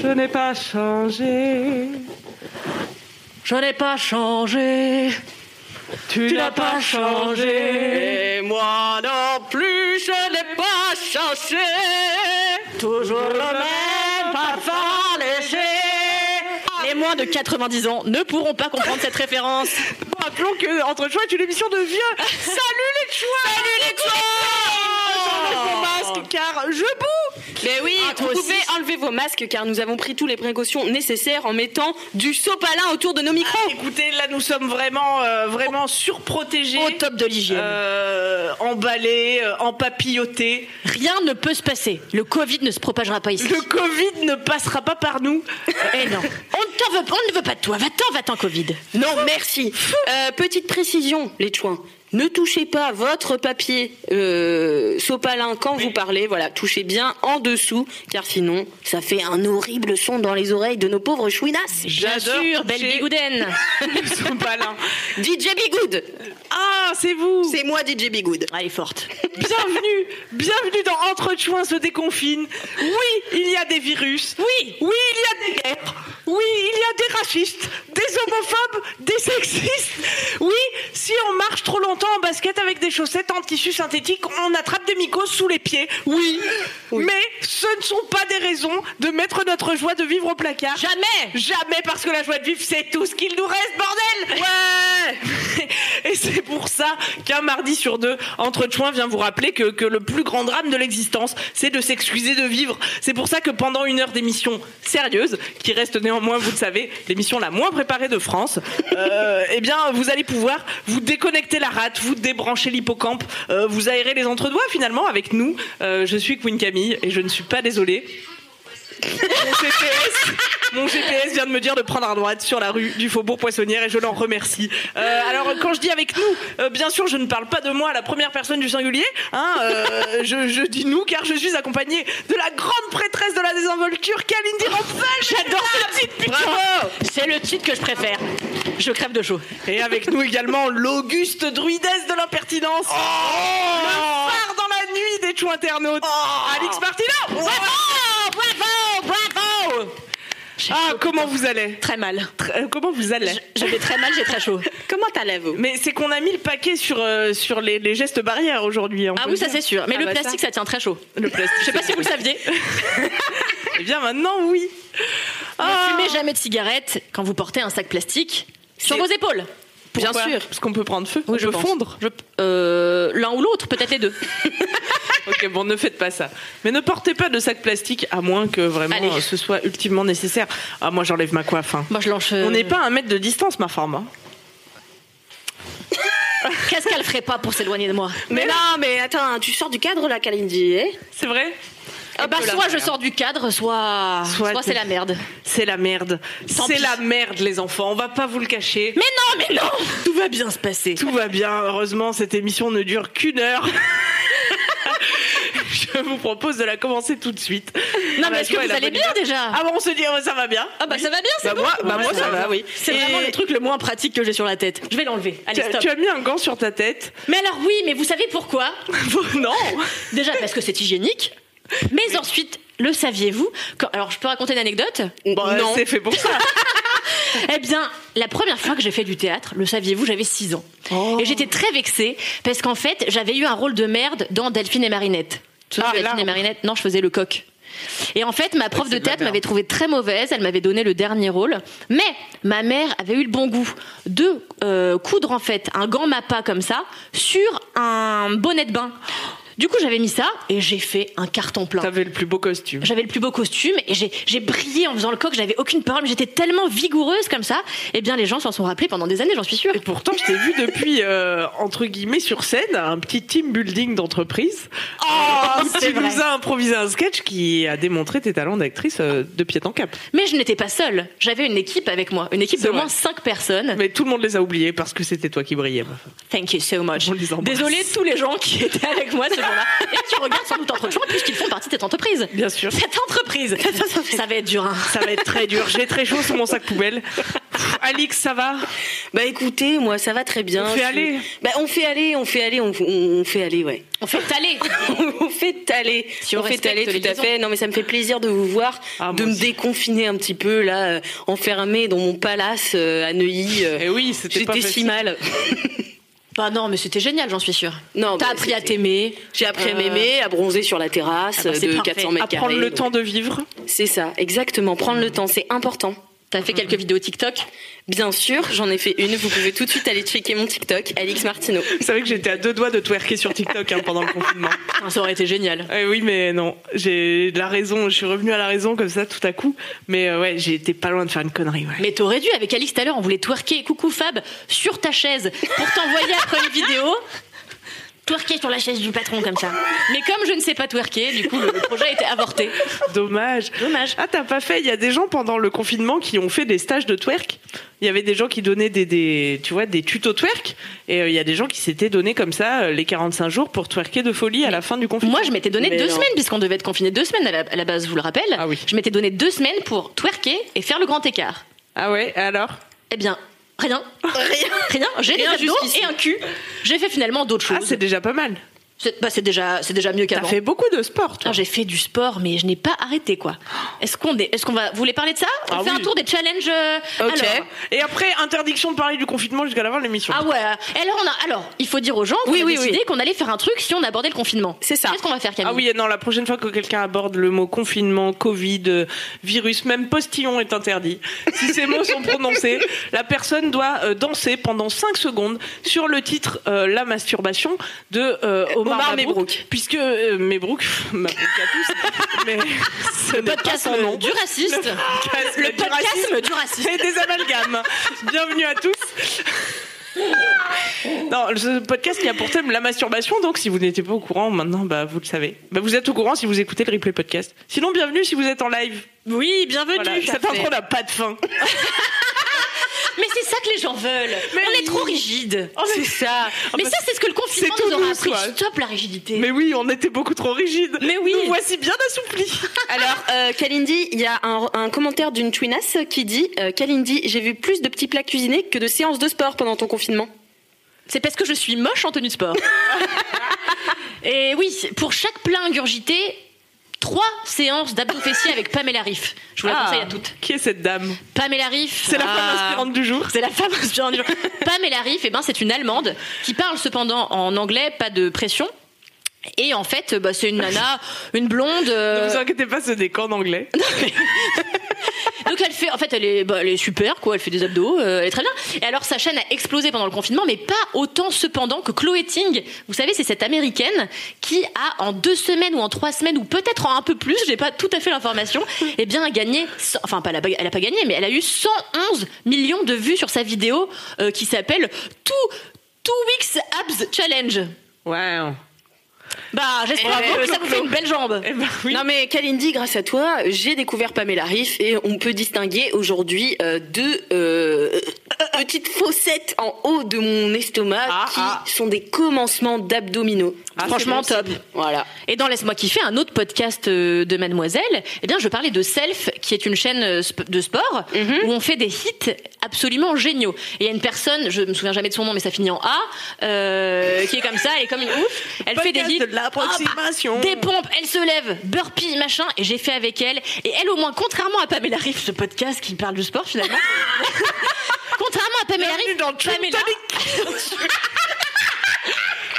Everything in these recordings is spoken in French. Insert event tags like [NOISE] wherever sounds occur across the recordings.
Je n'ai pas changé. Je n'ai pas changé. Tu n'as pas changé. Et moi non plus, je n'ai pas changé. Toujours le même parfum léger. Les moins de 90 ans ne pourront pas comprendre cette [LAUGHS] référence. Rappelons que Entre Choix est une émission de vieux. Salut les choix Salut les Oh. choix Masque, car je boue. Mais oui, Ah, toi vous pouvez aussi. enlever vos masques car nous avons pris toutes les précautions nécessaires en mettant du sopalin autour de nos micros. Écoutez, là nous sommes vraiment, euh, vraiment surprotégés. Au top de l'hygiène. Euh, emballés, euh, empapillotés. Rien ne peut se passer. Le Covid ne se propagera pas ici. Le Covid ne passera pas par nous. Eh non, on ne t'en veut pas, on ne veut pas de toi. Va-t'en, va-t'en, Covid. Non, merci. Euh, petite précision, les chouins. Ne touchez pas votre papier euh, sopalin quand vous parlez. Voilà, touchez bien en dessous, car sinon, ça fait un horrible son dans les oreilles de nos pauvres chouinasses. Bien J'adore sûr, belle toucher. bigoudaine. Ils sont pas là. DJ Bigoud. Ah, c'est vous. C'est moi, DJ Bigoud. Ah, Elle est forte. Bienvenue, bienvenue dans Entre Chouins se déconfine. Oui, il y a des virus. Oui. Oui, il y a des guerres. Oui, il y a des racistes, des homophobes, des sexistes. Oui, si on marche trop longtemps en basket avec des chaussettes en tissu synthétique, on attrape des mycoses sous les pieds. Oui. Mais ce ne sont pas des raisons de mettre notre joie de vivre au placard. Jamais. Jamais parce que la joie de vivre, c'est tout ce qu'il nous reste, bordel Ouais [LAUGHS] Et c'est pour ça qu'un mardi sur deux, Entre Chouins vient vous rappeler que, que le plus grand drame de l'existence, c'est de s'excuser de vivre. C'est pour ça que pendant une heure d'émission sérieuse, qui reste néanmoins, vous le savez, l'émission la moins préparée de France, euh, eh bien, vous allez pouvoir vous déconnecter la rate, vous débrancher l'hippocampe, euh, vous aérer les entre-doigts finalement avec nous. Euh, je suis Queen Camille et je ne suis pas désolée. Mon GPS, mon GPS vient de me dire de prendre à droite sur la rue du Faubourg Poissonnière et je l'en remercie. Euh, alors quand je dis avec nous, euh, bien sûr je ne parle pas de moi à la première personne du singulier. hein, euh, je, je dis nous car je suis accompagnée de la grande prêtresse de la désinvolture, Kalindi Rampal. J'adore ce titre, putain. Bravo C'est le titre que je préfère. Je crève de chaud. Et avec nous également l'auguste druidesse de l'impertinence. Oh. le phare dans la nuit des chou internautes. Alix Martino. Bravo, bravo, bravo. Ah comment vous allez Très mal. Tr- euh, Comment vous allez Je vais très mal, j'ai très chaud. Comment t'allez-vous Mais c'est qu'on a mis le paquet sur, euh, sur les, les gestes barrières aujourd'hui. on Ah peut oui, le ça dire. c'est sûr. Mais Ah le bah ça. plastique, ça. tient très chaud. Le plastique. Je sais pas si vous [LAUGHS] le saviez. Eh bien maintenant, oui. Ah. Ne fumez jamais de cigarette quand vous portez un sac plastique sur C'est- vos épaules. Pourquoi Bien sûr. Parce qu'on peut prendre feu. Oui, on je peut pense. fondre. Je- euh, L'un ou l'autre, peut-être les deux. ok, bon, ne faites pas ça. Mais ne portez pas de sac plastique à moins que vraiment Allez. euh, ce soit ultimement nécessaire. Ah, moi j'enlève ma coiffe. hein. Moi, je lance. On n'est pas à un mètre de distance, ma forme. hein. Qu'est-ce qu'elle ferait pas pour s'éloigner de moi Mais non, mais attends, tu sors du cadre là, eh Kalindi. C'est vrai bah, peu la soit je merde. sors du cadre, soit. Soit Soit, t'es- c'est la merde. C'est la merde. Tant C'est pis. la merde, les enfants. On va pas vous le cacher. Mais non, mais non Tout va bien se passer. Tout va bien, heureusement, cette émission ne dure qu'une heure. [LAUGHS] Je vous propose de la commencer tout de suite. Non, La mais est-ce que joie et vous Ah bah, la allez bonne bien humeur. déjà Ah bon, on se dit, oh, ça va bien. Ah bah Oui. ça va bien, c'est Bah, bon. moi, bah, moi, ça va, oui. C'est Et- vraiment le truc le moins pratique que j'ai sur la tête. Je vais l'enlever. Tu Allez, as, stop. tu as mis un gant sur ta tête [LAUGHS] Oh, Mais alors oui, mais vous savez pourquoi Non Déjà parce que c'est hygiénique. Mais ensuite, le saviez-vous Quand- Alors je peux raconter une anecdote Bon, euh, C'est fait pour ça. [LAUGHS] Eh bien, la première fois que j'ai fait du théâtre, le saviez-vous, j'avais 6 ans. Oh. Et j'étais très vexée parce qu'en fait, j'avais eu un rôle de merde dans Delphine et Marinette. Tu vois, Ah, Delphine là. et Marinette Non, je faisais le coq. Et en fait, ma prof de théâtre m'avait trouvée très mauvaise, elle m'avait donné le dernier rôle, mais ma mère avait eu le bon goût de euh, coudre en fait un gant mappa comme ça sur un bonnet de bain. Du coup, j'avais mis ça et j'ai fait un carton plein. T'avais le plus beau costume. J'avais le plus beau costume et j'ai j'ai brillé en faisant le coq, j'avais aucune parole, mais j'étais tellement vigoureuse comme ça. Eh bien, les gens s'en sont rappelés pendant des années, j'en suis sûre. Et pourtant, je t'ai vu depuis, euh, entre guillemets, sur scène, un petit team building d'entreprise. [LAUGHS] Oh, c'est tu vrai. nous as improvisé un sketch qui a démontré tes talents d'actrice euh, de pied en cap. Mais je n'étais pas seule, j'avais une équipe avec moi, une équipe C'est d'au vrai. moins 5 personnes. Mais tout le monde les a oubliés parce que c'était toi qui brillais. ma femme. Thank you so much. On les embrasse. Désolée tous les gens qui étaient avec moi ce jour-là et qui regardent sans doute entre gens puisqu'ils font partie de cette entreprise. Bien sûr. Cette entreprise, ça va être dur. hein. Ça va être très dur. J'ai très chaud sous mon sac poubelle. Pff, Alix, ça va Bah écoutez, moi ça va très bien. On fait Je- aller. Bah on fait aller, on fait aller, on, on- on fait aller, ouais. [LAUGHS] On fait taler. on fait aller. Si on on, fait respecte aller, les tout à liaisons. fait. Non mais ça me fait plaisir de vous voir, Ah, de moi me aussi. déconfiner un petit peu là, euh, enfermée dans mon palace euh, à Neuilly. euh, Eh oui, c'était pas J'étais si facile. mal. Bah non, mais c'était génial, j'en suis sûre. Non, T'as bah, appris à c'était- t'aimer. J'ai appris à Euh, m'aimer, à bronzer sur la terrasse Ah bah, c'est de parfait. 400 mètres À prendre carrés. le donc. temps de vivre. C'est ça, exactement. Prendre le temps, c'est important. T'as fait quelques vidéos TikTok. Bien sûr, j'en ai fait une. Vous pouvez tout de suite aller checker mon TikTok, Alix Martineau. Vous savez que j'étais à deux doigts de twerker sur TikTok hein, pendant le confinement. Putain, Ça aurait été génial. Eh oui, mais non. J'ai de la raison. Je suis revenue à la raison comme ça tout à coup. Mais euh, ouais, j'ai été pas loin de faire une connerie. Ouais. Mais t'aurais dû, avec Alix tout à l'heure, on voulait twerker, coucou Fab, sur ta chaise pour t'envoyer après une vidéo. Twerker sur la chaise du patron comme ça. Mais comme je ne sais pas twerker, du coup, le le projet a été avorté. Dommage. Dommage. Ah, t'as pas fait. Il y a des gens pendant le confinement qui ont fait des stages de twerk. Il y avait des gens qui donnaient des, des tu vois, des tutos twerk. Et euh, il y a des gens qui s'étaient donné comme ça euh, les 45 jours pour twerker de folie à la fin du confinement. Moi, je m'étais donné Mais deux non. semaines, puisqu'on devait être confiné deux semaines à la, à la base, je vous le rappelle. Ah oui. Je m'étais donné deux semaines pour twerker et faire le grand écart. Ah ouais, alors Eh bien, rien. Rien. Rien. J'ai des Rien abdos jusqu'ici. et un cul. J'ai fait finalement d'autres Ah, choses. c'est déjà pas mal. c'est bah, c'est déjà, c'est déjà mieux T'as qu'avant. fait beaucoup de sport, toi. Ah, J'ai fait du sport, mais je n'ai pas arrêté, quoi. Est-ce qu'on est, est-ce qu'on va, vous voulez parler de ça On Ah fait oui. un tour des challenges. euh, Ok. alors. Et après, interdiction de parler du confinement jusqu'à la fin de l'émission. Ah ouais. Et alors, on a, alors, il faut dire aux gens qu'on Oui, a oui, décidé oui. qu'on allait faire un truc si on abordait le confinement. C'est ça. Qu'est-ce qu'on va faire, Camille Ah oui, non, la prochaine fois que quelqu'un aborde le mot confinement, Covid, euh, virus, même postillon est interdit. Si ces mots sont prononcés, la personne doit euh, danser pendant 5 secondes sur le titre euh, La masturbation de euh, Omar, Omar Mabrouk, Mabrouk. Puisque euh, Mabrouk, Mabrouk à tous, mais ce n'est pas Podcast son euh, nom. du raciste. Le, Le podcast du raciste. c'est des amalgames. Bienvenue à tous. Non, ce podcast qui a pour thème la masturbation, donc si vous n'étiez pas au courant maintenant, bah, vous le savez. Bah, vous êtes au courant si vous écoutez le replay podcast. Sinon, bienvenue si vous êtes en live. Oui, bienvenue. Voilà, cette intro n'a pas de fin. Ah, Mais c'est ça que les gens veulent. on est trop rigide. C'est ça. mais Oh, ça, c'est ce que le confinement c'est tout nous aura nous, appris. quoi. Stop la rigidité. Mais oui, on était beaucoup trop rigide. Mais oui. Nous voici bien assouplis. Alors, euh, Kalindi, il y a un, un commentaire d'une twinasse qui dit euh, Kalindi, j'ai vu plus de petits plats cuisinés que de séances de sport pendant ton confinement. C'est parce que je suis moche en tenue [LAUGHS] de sport. Et oui, pour chaque plat ingurgité, trois séances d'abdos fessiers avec Pamela Riff. Je vous la conseille à toutes. Qui est cette dame Pamela Riff. Ah. C'est la femme ah, inspirante du jour. C'est la femme inspirante du jour. Pamela Riff, eh ben, c'est une Allemande qui parle cependant en anglais, pas de pression. Et en fait, bah, c'est une nana, une blonde. euh, Ne vous inquiétez pas, ce n'est qu'en anglais. Donc elle fait, en fait, elle est, bah, elle est super, quoi. Elle fait des abdos, euh, elle est très bien. Et alors sa chaîne a explosé pendant le confinement, mais pas autant cependant que Chloé Ting. Vous savez, c'est cette américaine qui a en deux semaines ou en trois semaines ou peut-être en un peu plus, j'ai pas tout à fait l'information, eh bien a gagné, cent- enfin pas, elle a- elle a pas gagné, mais elle a eu 111 millions de vues sur sa vidéo euh, qui s'appelle Two Two Weeks Abs Challenge. Wow. Bah j'espère Eh que ben, ça vous fait une belle jambe. Eh ben oui. Non mais Kalindi, grâce à toi, j'ai découvert Pamela Riff et on peut distinguer aujourd'hui euh, deux euh, petites fossettes en haut de mon estomac Ah, qui ah. sont des commencements d'abdominaux. Ah, Franchement c'est bon, top. Voilà. Et dans Laisse-moi kiffer, un autre podcast euh, de Mademoiselle, eh bien, je parlais de Self, qui est une chaîne euh, sp- de sport, Mhm. où on fait des hits absolument géniaux. Et il y a une personne, je me souviens jamais de son nom, mais ça finit en A, euh, qui est comme ça, elle est comme une ouf. Elle fait des Podcast hits. de l'approximation. Hop, des pompes, elle se lève, burpee, machin, et j'ai fait avec elle. Et elle, au moins, contrairement à Pamela Riff, ce podcast qui parle du sport finalement. [LAUGHS] contrairement à Pamela Bienvenue Riff, dans True Pamela- [LAUGHS]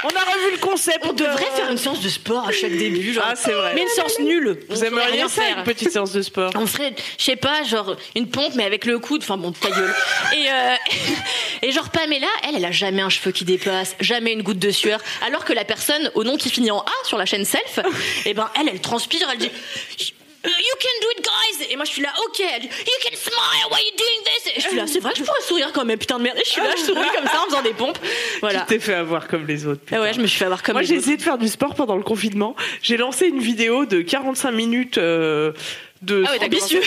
On a revu le concept. On devrait euh, faire une séance de sport à chaque début. Genre. Ah, c'est vrai. Mais une séance nulle. Vous On pourrait aimeriez rien ça, une petite séance de sport On ferait, je sais pas, genre une pompe, mais avec le coude. Enfin bon, ta gueule. Et, euh, [LAUGHS] et genre Pamela, elle, elle a jamais un cheveu qui dépasse, jamais une goutte de sueur. Alors que la personne au nom qui finit en A sur la chaîne Self, [LAUGHS] et ben elle, elle transpire, elle dit. You can do it, guys! Et moi je suis là, ok. Elle dit, you can smile while you're doing this! Et je suis là, c'est vrai que je pourrais sourire quand même, putain de merde. Et je suis là, je souris comme ça en faisant des pompes. Voilà. Tu t'es fait avoir comme les autres. Ah putain. ouais, je me suis fait avoir comme Moi, les j'ai autres. essayé de faire du sport pendant le confinement. J'ai lancé une vidéo de 45 minutes euh, de. Ah ouais, d'accord. ambitieux.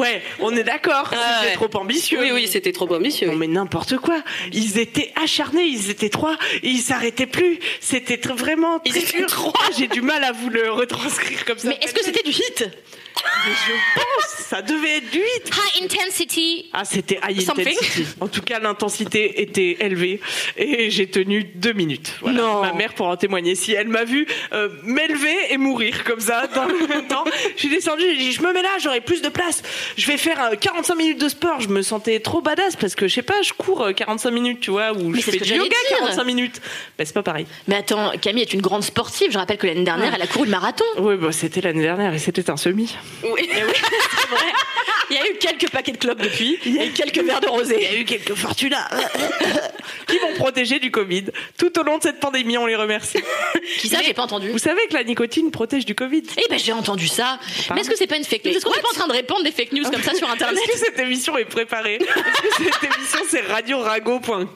ouais, on est d'accord. Ah C'était ouais. trop ambitieux. Oui, oui, c'était trop ambitieux. Non mais n'importe quoi. Ils étaient acharnés, ils étaient trois, et ils s'arrêtaient plus. C'était tr- vraiment Ils très étaient dur. Ah, J'ai du mal à vous le retranscrire comme ça. Mais est-ce que c'était du hit? je pense ça devait être du hit. High intensity! Ah, c'était high Something. intensity. En tout cas, l'intensité était élevée et j'ai tenu deux minutes. Voilà. Non. Ma mère pourra en témoigner. Si elle m'a vu euh, m'élever et mourir comme ça dans le même temps, je suis descendue, j'ai dit je me mets là, j'aurai plus de place. Je vais faire euh, 45 minutes de sport. Je me sentais trop badass parce que je sais pas, je cours euh, 45 minutes, tu vois, ou je c'est fais ce que du j'allais yoga dire. 45 minutes. Bah, c'est pas pareil. Mais attends, Camille est une grande sportive. Je rappelle que l'année dernière, elle a couru le marathon. Oui, bah, c'était l'année dernière et c'était un semi. Oui. Il y a eu quelques paquets de clopes depuis et quelques verres de Il y rosé. a eu quelques fortunats [LAUGHS] qui m'ont protégé du Covid. Tout au long de cette pandémie, on les remercie. [LAUGHS] Qui ça, j'ai pas entendu. Vous savez que la nicotine protège du Covid Eh ben j'ai entendu ça. Pardon Mais est-ce que c'est pas une fake news Est-ce qu'on est pas en train de répandre des fake news comme ça sur [LAUGHS] internet Est-ce que cette émission est préparée Est-ce que cette émission c'est radiorago.com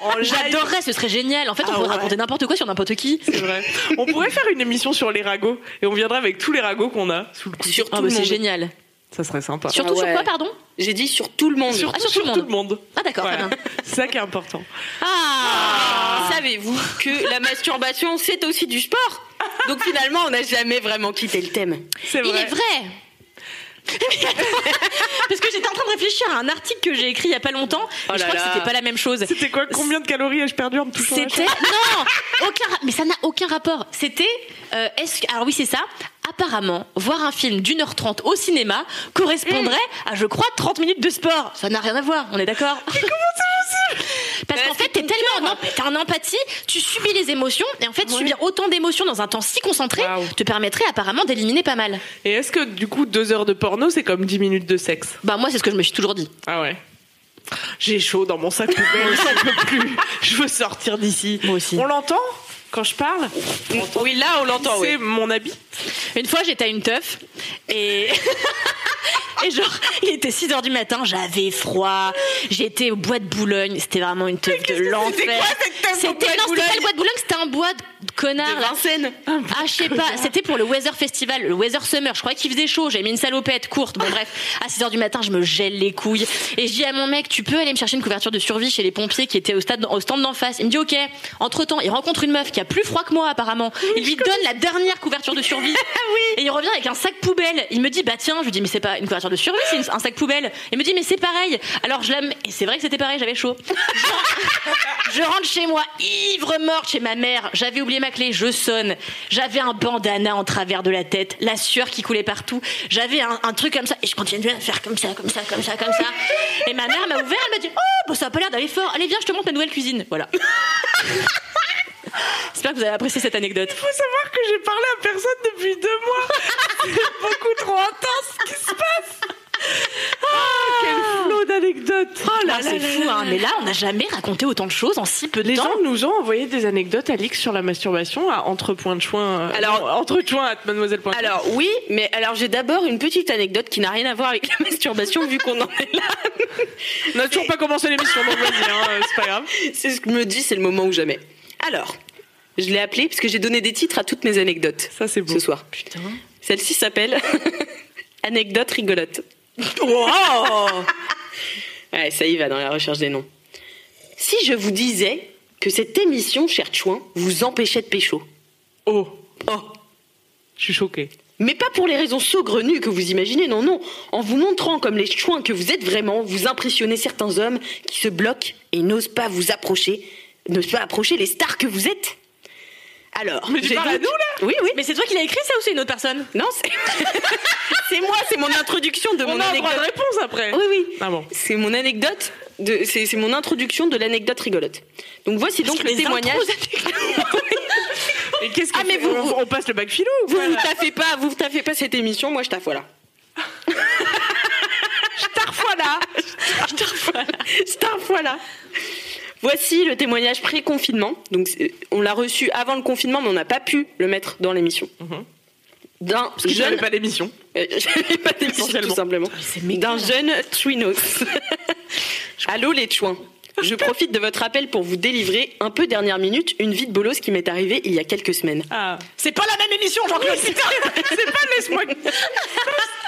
en live J'adorerais, ce serait génial. En fait, on Ah pourrait ouais. raconter n'importe quoi sur n'importe qui. C'est vrai. On pourrait faire une émission sur les ragots et on viendrait avec tous les ragots qu'on a sous le cou. Sur tout Ah le bah c'est monde. génial. Ça serait sympa. Surtout sur ouais. quoi, pardon J'ai dit sur tout le monde. Surtout Ah, sur tout le monde. Ah d'accord. très Voilà. bien. C'est ça qui est important. Ah, Savez-vous que la masturbation, c'est aussi du sport Donc finalement, on n'a jamais vraiment quitté le thème. C'est Il vrai. est vrai [LAUGHS] Mais attends, Parce que j'étais en train de réfléchir à un article que j'ai écrit il y a pas longtemps. mais je là crois que là. Oh c'était pas la même chose. C'était quoi Combien de calories ai-je perdu en me touchant la C'était non, aucun ra- mais ça n'a aucun rapport. C'était euh, est-ce que- alors oui, c'est ça. Apparemment, voir un film d'une heure trente au cinéma correspondrait à je crois 30 minutes de sport. Ça n'a rien à voir, on est d'accord [LAUGHS] Parce qu'en fait, t'es tellement en emp- t'as un empathie, tu subis les émotions et en fait, subir autant d'émotions dans un temps si concentré Waouh. te permettrait apparemment d'éliminer pas mal. Et est-ce que du coup deux heures de porno c'est comme 10 minutes de sexe Bah moi, c'est ce que je me suis toujours dit. Ah ouais. J'ai chaud dans mon sac poubelle, [LAUGHS] ça peut plus. Je veux sortir d'ici. Moi aussi. On l'entend quand je parle Oui, là, on l'entend, C'est oui. mon habit. Une fois, j'étais à une teuf et. [LAUGHS] Et genre, il était 6 h du matin, j'avais froid, j'étais au bois de Boulogne, c'était vraiment une teuf de l'enfer. C'était au bois non, c'était de pas Boulogne le bois de Boulogne, c'était un bois de connard. De là. Vincennes. Ah, je sais pas, c'était pour le Weather Festival, le Weather Summer. Je croyais qu'il faisait chaud, j'avais mis une salopette courte. Bon, bref, à 6 h du matin, je me gèle les couilles. Et je dis à mon mec, tu peux aller me chercher une couverture de survie chez les pompiers qui étaient au, stade, au stand d'en face. Il me dit, ok. Entre temps, il rencontre une meuf qui a plus froid que moi, apparemment. Il lui donne la dernière couverture de survie. Et il revient avec un sac poubelle. Il me dit, bah tiens, je lui dis, mais c'est pas une couverture de survie, c'est une- un sac poubelle. Il me dit, mais c'est pareil. Alors je la mets- Et c'est vrai que c'était pareil, j'avais chaud. Je rentre chez moi, ivre morte chez ma mère. J'avais oublié ma clé, je sonne. J'avais un bandana en travers de la tête, la sueur qui coulait partout. J'avais un, un truc comme ça et je continuais à faire comme ça, comme ça, comme ça, comme ça. Et ma mère m'a ouvert, elle m'a dit Oh, bon, ça a pas l'air d'aller fort. Allez, viens, je te montre ma nouvelle cuisine. Voilà. [LAUGHS] J'espère que vous avez apprécié cette anecdote. Faut savoir que j'ai parlé à personne depuis deux mois. C'est beaucoup trop intense ce qui se passe. Ah, quel flot d'anecdotes. Ah, c'est fou, hein. Mais là, on n'a jamais raconté autant de choses en si peu de Les temps. gens nous ont envoyé des anecdotes, Alix, sur la masturbation à entre de choin. Alors- entre choin à mademoiselle.com. Alors oui, mais alors j'ai d'abord une petite anecdote qui n'a rien à voir avec la masturbation vu qu'on en est là. on n'a toujours pas commencé l'émission, donc vas-y, hein, euh, c'est pas grave. C'est ce que je me dis, c'est le moment ou jamais. Alors, je l'ai appelée parce que j'ai donné des titres à toutes mes anecdotes Ça, c'est beau. ce soir. Putain. Celle-ci s'appelle [LAUGHS] Anecdote rigolote. [LAUGHS] Ouais, ça y va dans la recherche des noms. Si je vous disais que cette émission, cher Chouin, vous empêchait de pécho. Oh, Oh je suis choquée. Mais pas pour les raisons saugrenues que vous imaginez, non, non. En vous montrant comme les chouins que vous êtes vraiment, vous impressionnez certains hommes qui se bloquent et n'osent pas vous approcher, n'osent pas approcher les stars que vous êtes. Alors, Mais tu j'ai parles à nous, là Oui, oui. Mais c'est toi qui l'as écrit, ça, ou c'est une autre personne Non, c'est [LAUGHS] c'est moi, c'est mon introduction de On mon a un droit de anecdote. réponse après. Oui, oui. Ah bon. C'est mon anecdote de- c'est c'est mon introduction de l'anecdote rigolote. Donc voici donc le Les témoignage. Et qu'est-ce qu'on Ah, mais fait vous- on, on passe le bac philo ou Vous quoi, ne là taffez pas, vous ne taffez pas cette émission, moi je [LAUGHS] taffe, voilà. Voilà. Star, voilà. Voici le témoignage pré-confinement. Donc, c'est- on l'a reçu avant le confinement, mais on n'a pas pu le mettre dans l'émission. Mhm. D'un Je jeune. n'avais pas d'émission. Euh, [LAUGHS] j'avais pas d'émission, tout Essentiellement. simplement. c'est D'un jeune Twinos. [LAUGHS] Allô les chouins. Je profite de votre appel pour vous délivrer, un peu dernière minute, une vie de bolos qui m'est arrivée il y a quelques semaines. Ah. C'est pas la même émission, Jean-Claude. C'est [LAUGHS] pas laisse-moi.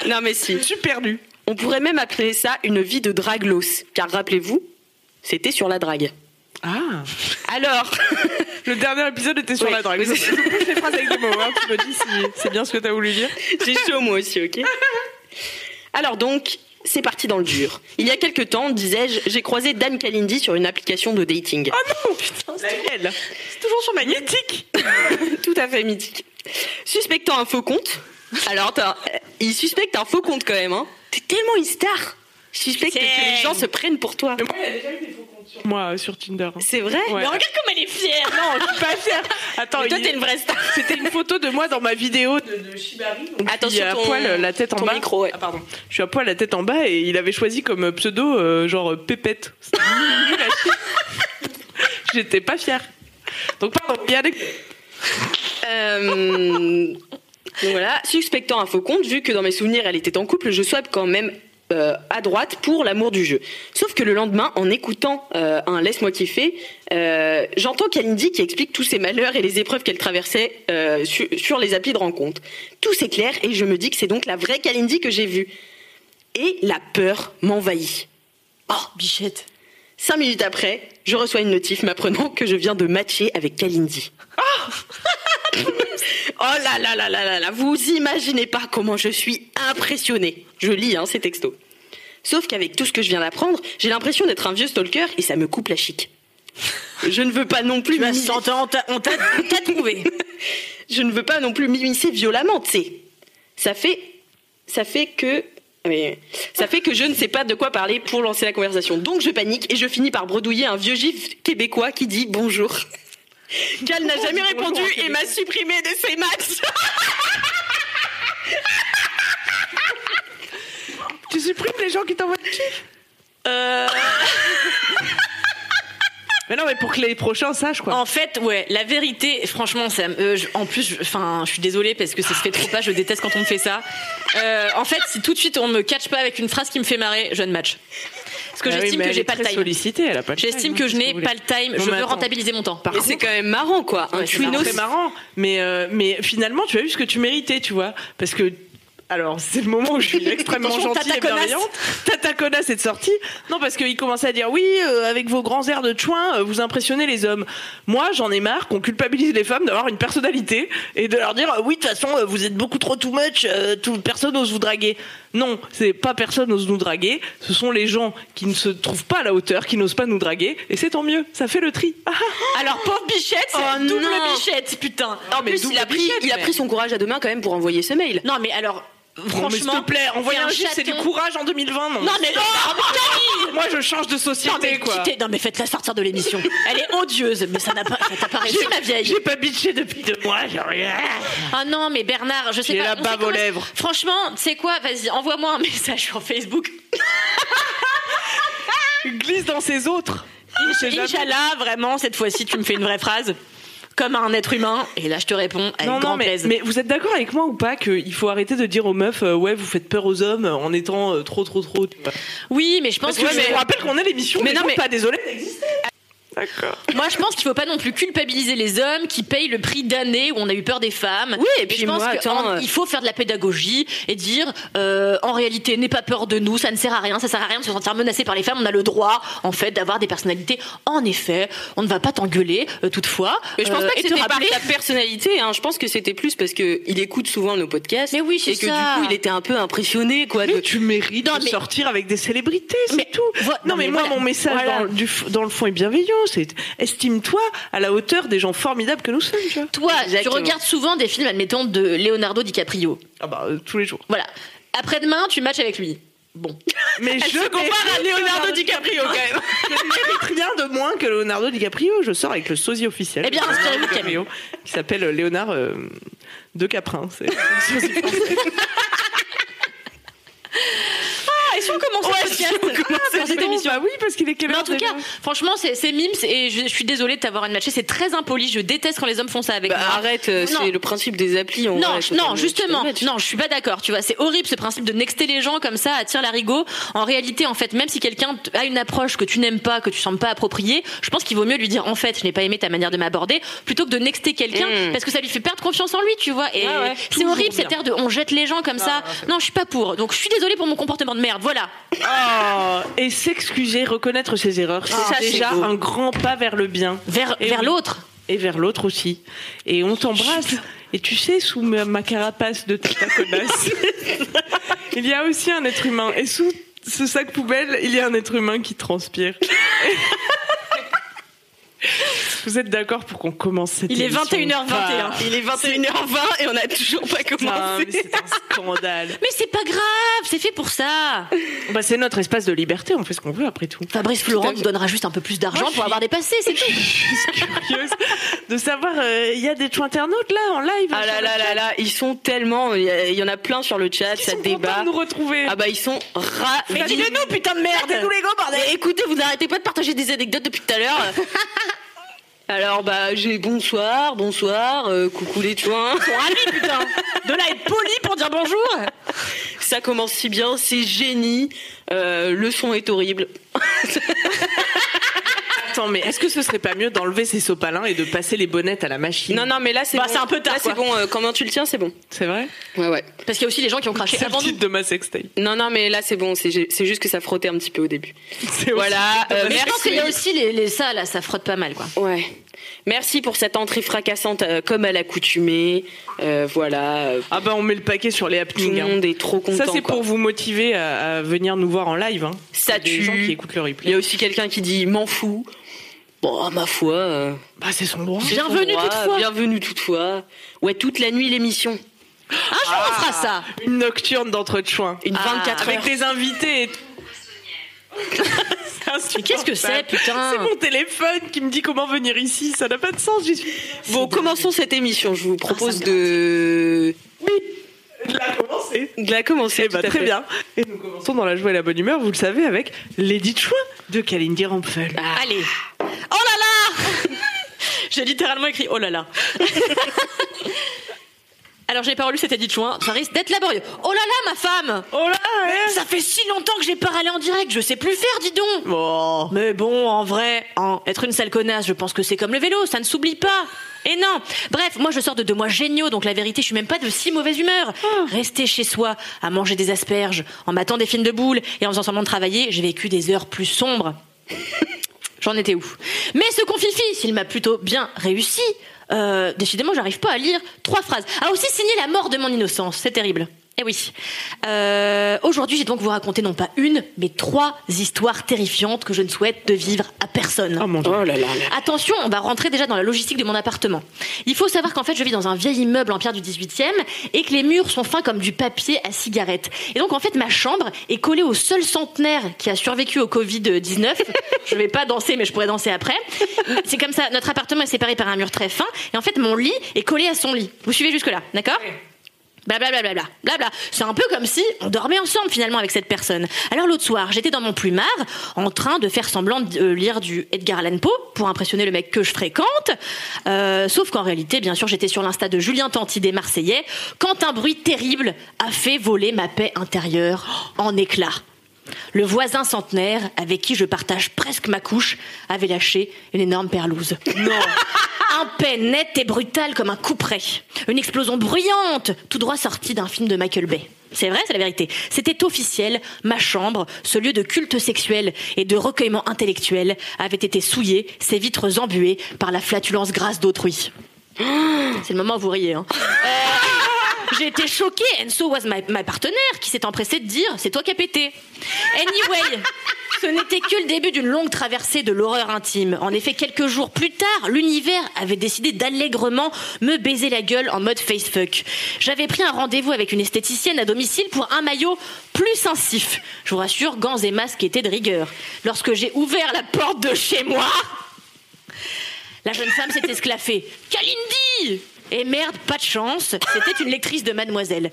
Non, mais si. Je suis perdu. On pourrait même appeler ça une vie de draglos. Car rappelez-vous, c'était sur la drague. Ah. Alors. [LAUGHS] Le dernier épisode était sur Oui. la drague. Oui, Je c'est- bouge les phrases avec des mots. hein. Tu me dis si c'est bien ce que t'as voulu dire. J'ai chaud moi aussi, ok Alors donc, c'est parti dans le dur. Il y a quelques temps, disais-je, j'ai croisé Dan Kalindi sur une application de dating. Oh putain, c'est laquelle C'est toujours sur magnétique. Tout à fait mythique. Suspectant un faux compte. Alors, t'as- euh, il suspecte un faux compte quand même, hein T'es tellement une star Je suspecte que les gens se prennent pour toi. Moi, euh, sur Tinder. hein. C'est vrai Ouais. Mais regarde comme elle est fière. [LAUGHS] Non, je suis pas fière. Attends, Mais toi, il- t'es une vraie star. [LAUGHS] c'était une photo de moi dans ma vidéo de, de Shibari. Donc, Attention, je suis à ton- poil, euh, la tête en ton bas. micro, ouais. Ah, pardon. Je suis à poil, la tête en bas, et il avait choisi comme pseudo euh, genre euh, Pépette. C'était nul à chier. J'étais pas fière. Donc pardon, il y a des- Euh, donc voilà, suspectant un faux compte, vu que dans mes souvenirs elle était en couple, je swipe quand même euh, à droite pour l'amour du jeu. Sauf que le lendemain, en écoutant euh, un Laisse-moi kiffer, euh, j'entends Kalindi qui explique tous ses malheurs et les épreuves qu'elle traversait euh, su- sur les applis de rencontre. Tout s'éclaire et je me dis que c'est donc la vraie Kalindi que j'ai vue. Et la peur m'envahit. Oh, Bichette. Cinq minutes après, je reçois une notif m'apprenant que je viens de matcher avec Kalindi. [LAUGHS] oh là là là là là là, vous imaginez pas comment je suis impressionnée. Je lis hein, ces textos. Sauf qu'avec tout ce que je viens d'apprendre, j'ai l'impression d'être un vieux stalker et ça me coupe la chic. Je ne veux pas non plus Tu vas m'immiscer- sentir, on t'a on t'a- on t'a trouvé. je ne veux pas non plus m'immiscer violemment, tu sais. Ça fait, ça fait que, mais- ça fait que je ne sais pas de quoi parler pour lancer la conversation. Donc je panique et je finis par bredouiller un vieux gif québécois qui dit bonjour. [LAUGHS] Qu'elle n'a jamais dit bonjour répondu en et québécois m'a supprimé de ses matchs. Tu supprimes les gens qui t'envoient de kiff Euh. [LAUGHS] Mais non, mais pour que les prochains sachent quoi. En fait, ouais, la vérité, franchement, Sam, euh, je- en plus, je- enfin, je suis désolée parce que ça se fait trop pas, je déteste quand on me fait ça. Euh, en fait, si tout de suite on me catch pas avec une phrase qui me fait marrer, je ne match. Parce que Ah oui, j'estime mais que elle j'ai est pas le très time. sollicitée, elle a pas le J'estime time, hein, que je qu'est-ce n'ai vous pas voulez. le time, Non, je mais veux attends. rentabiliser mon temps. Par Mais contre, c'est quand même marrant quoi, un Ouais, c'est chouinos. marrant. C'est marrant, mais, euh, mais finalement, tu as eu ce que tu méritais, tu vois. Parce que, alors, c'est le moment où je suis extrêmement Attention, gentille tata et connasse. bienveillante. Tata connasse est sortie. Non, parce qu'il commençait à dire oui, euh, avec vos grands airs de chouin, euh, vous impressionnez les hommes. Moi, j'en ai marre qu'on culpabilise les femmes d'avoir une personnalité et de leur dire euh, oui, de toute façon, euh, vous êtes beaucoup trop too much, euh, tout, personne n'ose vous draguer. Non, c'est pas personne n'ose nous draguer, ce sont les gens qui ne se trouvent pas à la hauteur, qui n'osent pas nous draguer, et c'est tant mieux, ça fait le tri. Ah, ah, ah. Alors, pauvre bichette, c'est Oh double non. bichette, putain. En plus, double il a pris, bichette, il a mais- pris son courage à deux mains quand même pour envoyer ce mail. Non, mais alors, Franchement, Oh, s'il franchement. te plaît, envoyer t'es un gif, c'est du chaton. courage en 2020. Non, Non, mais non, putain moi je change de non, société mais quoi. quittez, non, mais faites-la sortir de l'émission. Elle est odieuse, mais ça n'a pas, ça t'a pas réussi, ma vieille. J'ai pas bitché depuis deux mois, j'ai rien. Ah non, mais Bernard, je sais J'ai pas. la on sait bave aux comment- lèvres. Franchement, tu sais quoi Vas-y, envoie-moi un [LAUGHS] message sur Facebook. Il glisse dans ses autres. sais jamais. Inch'Allah, vraiment, cette fois-ci, tu me fais une vraie phrase. Comme un être humain. Et là, je te réponds avec Non, grand non, mais, plaisir. mais vous êtes d'accord avec moi ou pas qu'il faut arrêter de dire aux meufs, euh, ouais, vous faites peur aux hommes euh, en étant euh, trop, trop, trop. tu vois. Oui, mais je pense Parce que... que je vous rappelle qu'on est l'émission, Mais mais, non, non, mais- pas désolé d'exister. D'accord. Moi, je pense qu'il faut pas non plus culpabiliser les hommes qui payent le prix d'années où on a eu peur des femmes. Oui, et puis je pense moi, que attends, en- euh, il faut faire de la pédagogie et dire euh, en réalité, n'aie pas peur de nous, ça ne sert à rien, ça sert à rien de se sentir menacé par les femmes. On a le droit, en fait, d'avoir des personnalités. En effet, on ne va pas t'engueuler, euh, toutefois. Mais je pense Euh, pas que et te c'était par rappeler- ta personnalité. Hein. Je pense que c'était plus parce que il écoute souvent nos podcasts. Mais oui, c'est Et que ça. du coup, il était un peu impressionné, quoi. de- Mais tu mérites Non, de mais- sortir avec des célébrités, c'est Mais- tout. Vo- non, non, mais, mais moi, voilà. mon message Voilà. dans, le- du f- dans le fond est bienveillant. C'est estime-toi à la hauteur des gens formidables que nous sommes, tu vois. Toi, Exactement. tu regardes souvent des films, admettons, de Leonardo DiCaprio. Ah bah, euh, tous les jours. Voilà. Après-demain, tu matches avec lui. Bon. Mais je se compare à Leonardo DiCaprio quand même. [LAUGHS] je ne mérite rien de moins que Leonardo DiCaprio. Je sors avec le sosie officiel. Eh bien, de Leonardo inspirez-vous, Camille. DiCaprio, Qui s'appelle euh, Léonard euh, de Caprin. C'est le sosie français. Ah, et si on commence le podcast Comment cette c'est émission. Bah oui, parce qu'il est quelle Mais en heure tout déjà cas, franchement, c'est c'est Mims et je, je suis désolée de t'avoir unmatché. C'est très impoli. Je déteste quand les hommes font ça avec Bah, ah, moi. arrête, euh, Non. c'est le principe des applis. en Non, vrai, je- totalement. non, justement, Tu peux le mettre. non, je suis pas d'accord. Tu vois, c'est horrible ce principe de nexter les gens comme ça, attire l'arigot. En réalité, en fait, même si quelqu'un t- a une approche que tu n'aimes pas, que tu sembles pas appropriée, je pense qu'il vaut mieux lui dire en fait, je n'ai pas aimé ta manière de m'aborder, plutôt que de nexter quelqu'un Mm. parce que ça lui fait perdre confiance en lui, tu vois. Et Ah ouais, c'est toujours horrible bien. cette air de on jette les gens comme ça. Non, je suis pas pour. Donc je suis désolée pour mon comportement de merde. Voilà. Oh, et s'excuser, reconnaître ses erreurs, c'est Ah, c'est déjà beau. un grand pas vers le bien Vers Et vers Eh oui. l'autre. et vers l'autre aussi. Et on t'embrasse. Et tu sais, sous ma, ma carapace de ta connasse, [LAUGHS] il y a aussi un être humain. Et sous ce sac poubelle, il y a un être humain qui transpire. [LAUGHS] Vous êtes d'accord pour qu'on commence cette Il est émission 21h21. Bah, Il est 21h20 et on n'a toujours pas putain, mais commencé. c'est un scandale. Mais c'est pas grave, c'est fait pour ça. [LAUGHS] Bah, c'est notre espace de liberté, on fait ce qu'on veut après tout. Fabrice Florent nous donnera juste un peu plus d'argent Moi, je suis- pour avoir dépassé, c'est tout. curieuse de savoir, euh, il y a des chou internautes là en live. Ah là sur le là chat. là là, ils sont tellement. Il y a- il y en a plein sur le chat, Ils ça sont contents débat. de nous retrouver. Ah bah ils sont ravis. dis-le-nous, putain de merde. Faites-nous les gros, bordel. Mais écoutez, vous n'arrêtez pas de partager des anecdotes depuis tout à [LAUGHS] l'heure. Alors bah j'ai bonsoir, bonsoir, euh, coucou les chouins. putain. De là être poli pour dire bonjour. Ça commence si bien, c'est génie. Euh, le son est horrible. Attends, mais est-ce que ce serait pas mieux d'enlever ces sopalins et de passer les bonnettes à la machine Non non mais là c'est Bah, bon. c'est un peu tard, Là, c'est quoi. bon. euh, comment tu le tiens, c'est bon. C'est vrai Ouais ouais. Parce qu'il y a aussi les gens qui ont craché C'est le avant nous. titre de ma sextape. Non non mais là c'est bon. C'est c'est juste que ça frottait un petit peu au début. C'est Voilà. euh, Mais je pense merci. qu'il y a aussi les, les ça là, ça frotte pas mal quoi. Ouais. Merci pour cette entrée fracassante euh, comme à l'accoutumée. Euh, voilà. euh, Ah bah on met le paquet sur les Tout happenings. le hein. monde est trop content. Ça c'est quoi. pour vous motiver à, à venir nous voir en live. Hein. Ça Des gens qui tue. écoutent le Il y a replay. aussi quelqu'un qui dit m'en fous. Bon, ma foi. euh, Bah c'est son droit. c'est Bienvenue son droit, toutefois. Bienvenue toutefois. Ouais, toute la nuit l'émission. Un jour on fera ça. Une nocturne d'entrechoin. Une Ah, 24 Avec heures. des invités et tout. Mais qu'est-ce que Ah, bah, c'est C'est putain mon téléphone qui me dit comment venir ici, ça n'a pas de sens. j'y suis- Bon, commençons cette émission. Je vous propose me de... Il a commencé. de la commencer. Eh bah, tout à très fait. bien. Et nous commençons dans la joie et la bonne humeur, vous le savez, avec Lady Chouin de Kalindi Rampfel. Allez. Oh là là [LAUGHS] J'ai littéralement écrit oh là là. [LAUGHS] Alors j'ai pas relu cet édit joint, ça risque d'être laborieux. Oh là là ma femme Oh là hein Ça fait si longtemps que j'ai pas râlé en direct, je sais plus faire, dis donc Bon. Mais bon, en vrai, hein, être une sale connasse, je pense que c'est comme le vélo, ça ne s'oublie pas. Et non. Bref, moi je sors de deux mois géniaux, donc la vérité, je suis même pas de si mauvaise humeur. Rester chez soi, à manger des asperges, en matant des films de boules et en faisant semblant de travailler, j'ai vécu des heures plus sombres. J'en étais où Mais ce confifi, s'il m'a plutôt bien réussi, euh, décidément, j'arrive pas à lire trois phrases. A aussi signé la mort de mon innocence. C'est terrible. Eh oui. Euh, Aujourd'hui, j'ai donc vous raconter non pas une, mais trois histoires terrifiantes que je ne souhaite de vivre à personne. Oh mon dieu. Oh là là. Attention, on va rentrer déjà dans la logistique de mon appartement. Il faut savoir qu'en fait, je vis dans un vieil immeuble en pierre du 18e et que les murs sont fins comme du papier à cigarette. Et donc, en fait, ma chambre est collée au seul centenaire qui a survécu au Covid-19. je vais pas danser, mais je pourrais danser après. C'est comme ça, notre appartement est séparé par un mur très fin et en fait, mon lit est collé à son lit. Vous suivez jusque-là, d'accord Blablabla. Bla bla bla. C'est un peu comme si on dormait ensemble finalement avec cette personne. Alors l'autre soir, j'étais dans mon plumard en train de faire semblant de euh, lire du Edgar Allan Poe pour impressionner le mec que je fréquente. Euh, sauf qu'en réalité, bien sûr, j'étais sur l'insta de Julien Tanti des Marseillais quand un bruit terrible a fait voler ma paix intérieure en éclats. Le voisin centenaire, avec qui je partage presque ma couche, avait lâché une énorme perlouse. Non Un paix net et brutal comme un couperet. Une explosion bruyante, tout droit sortie d'un film de Michael Bay. C'est vrai, c'est la vérité. C'était officiel, ma chambre, ce lieu de culte sexuel et de recueillement intellectuel, avait été souillé, ses vitres embuées par la flatulence grasse d'autrui. [GASPS] C'est le moment où vous riez. Hein. J'ai été choquée. And so was my, my partenaire qui s'est empressé de dire c'est toi qui as pété. Anyway, Ce n'était que le début d'une longue traversée de l'horreur intime. En effet, quelques jours plus tard, l'univers avait décidé d'allègrement me baiser la gueule en mode facefuck. J'avais pris un rendez-vous avec une esthéticienne à domicile pour un maillot plus incif. Je vous rassure, gants et masques étaient de rigueur. Lorsque j'ai ouvert la porte de chez moi, la jeune femme s'est esclaffée. Kalindi Et merde, pas de chance, c'était une lectrice de mademoiselle.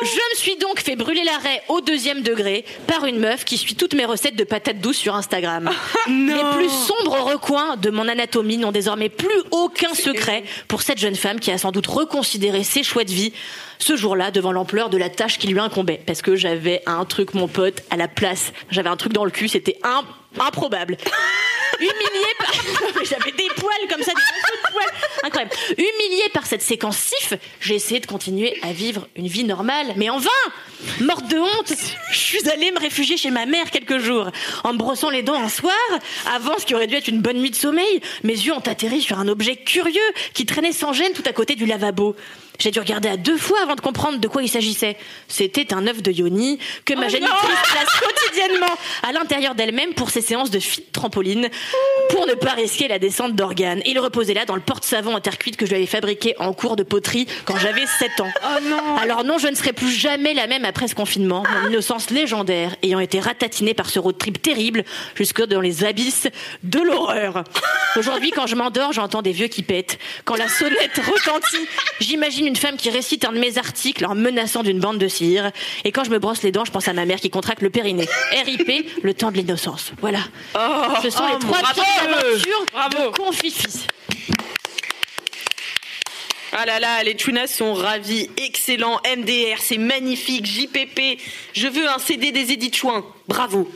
Je me suis donc fait brûler l'arrêt au deuxième degré par une meuf qui suit toutes mes recettes de patates douces sur Instagram. Les plus sombres recoins de mon anatomie n'ont désormais plus aucun secret pour cette jeune femme qui a sans doute reconsidéré ses choix de vie ce jour-là devant l'ampleur de la tâche qui lui incombait. Parce que j'avais un truc, mon pote, à la place. J'avais un truc dans le cul, c'était im- improbable. Humiliée par... [LAUGHS] Non, mais J'avais des poils comme ça, des morceaux de poils. Incroyable. Humiliée par cette séquence sif, j'ai essayé de continuer à vivre une vie normale, mais en vain Morte de honte, je suis allée me réfugier chez ma mère quelques jours. En me brossant les dents un soir, avant ce qui aurait dû être une bonne nuit de sommeil, mes yeux ont atterri sur un objet curieux qui traînait sans gêne tout à côté du lavabo. J'ai dû regarder à deux fois avant de comprendre de quoi il s'agissait. C'était un œuf de Yoni que ma génitrice place quotidiennement à l'intérieur d'elle-même pour ses séances de fit trampoline pour ne pas risquer la descente d'organes. Il reposait là dans le porte-savon en terre cuite que je lui avais fabriqué en cours de poterie quand j'avais 7 ans. Alors non, je ne serai plus jamais la même après ce confinement. Ah. Mon innocence légendaire ayant été ratatinée par ce road trip terrible jusque dans les abysses de l'horreur. Ah. Aujourd'hui, quand je m'endors, j'entends des vieux qui pètent. Quand la sonnette retentit, j'imagine une femme qui récite un de mes articles en menaçant d'une bande de cire. Et quand je me brosse les dents, je pense à ma mère qui contracte le périnée. RIP, le temps de l'innocence. Voilà. Ce sont les trois Oh, bravo. petites aventures Bravo. de Confifi. Ah là là, les tunas sont ravis, excellent, MDR, c'est magnifique, JPP, je veux un CD des Edith Chouin, [LAUGHS] bravo.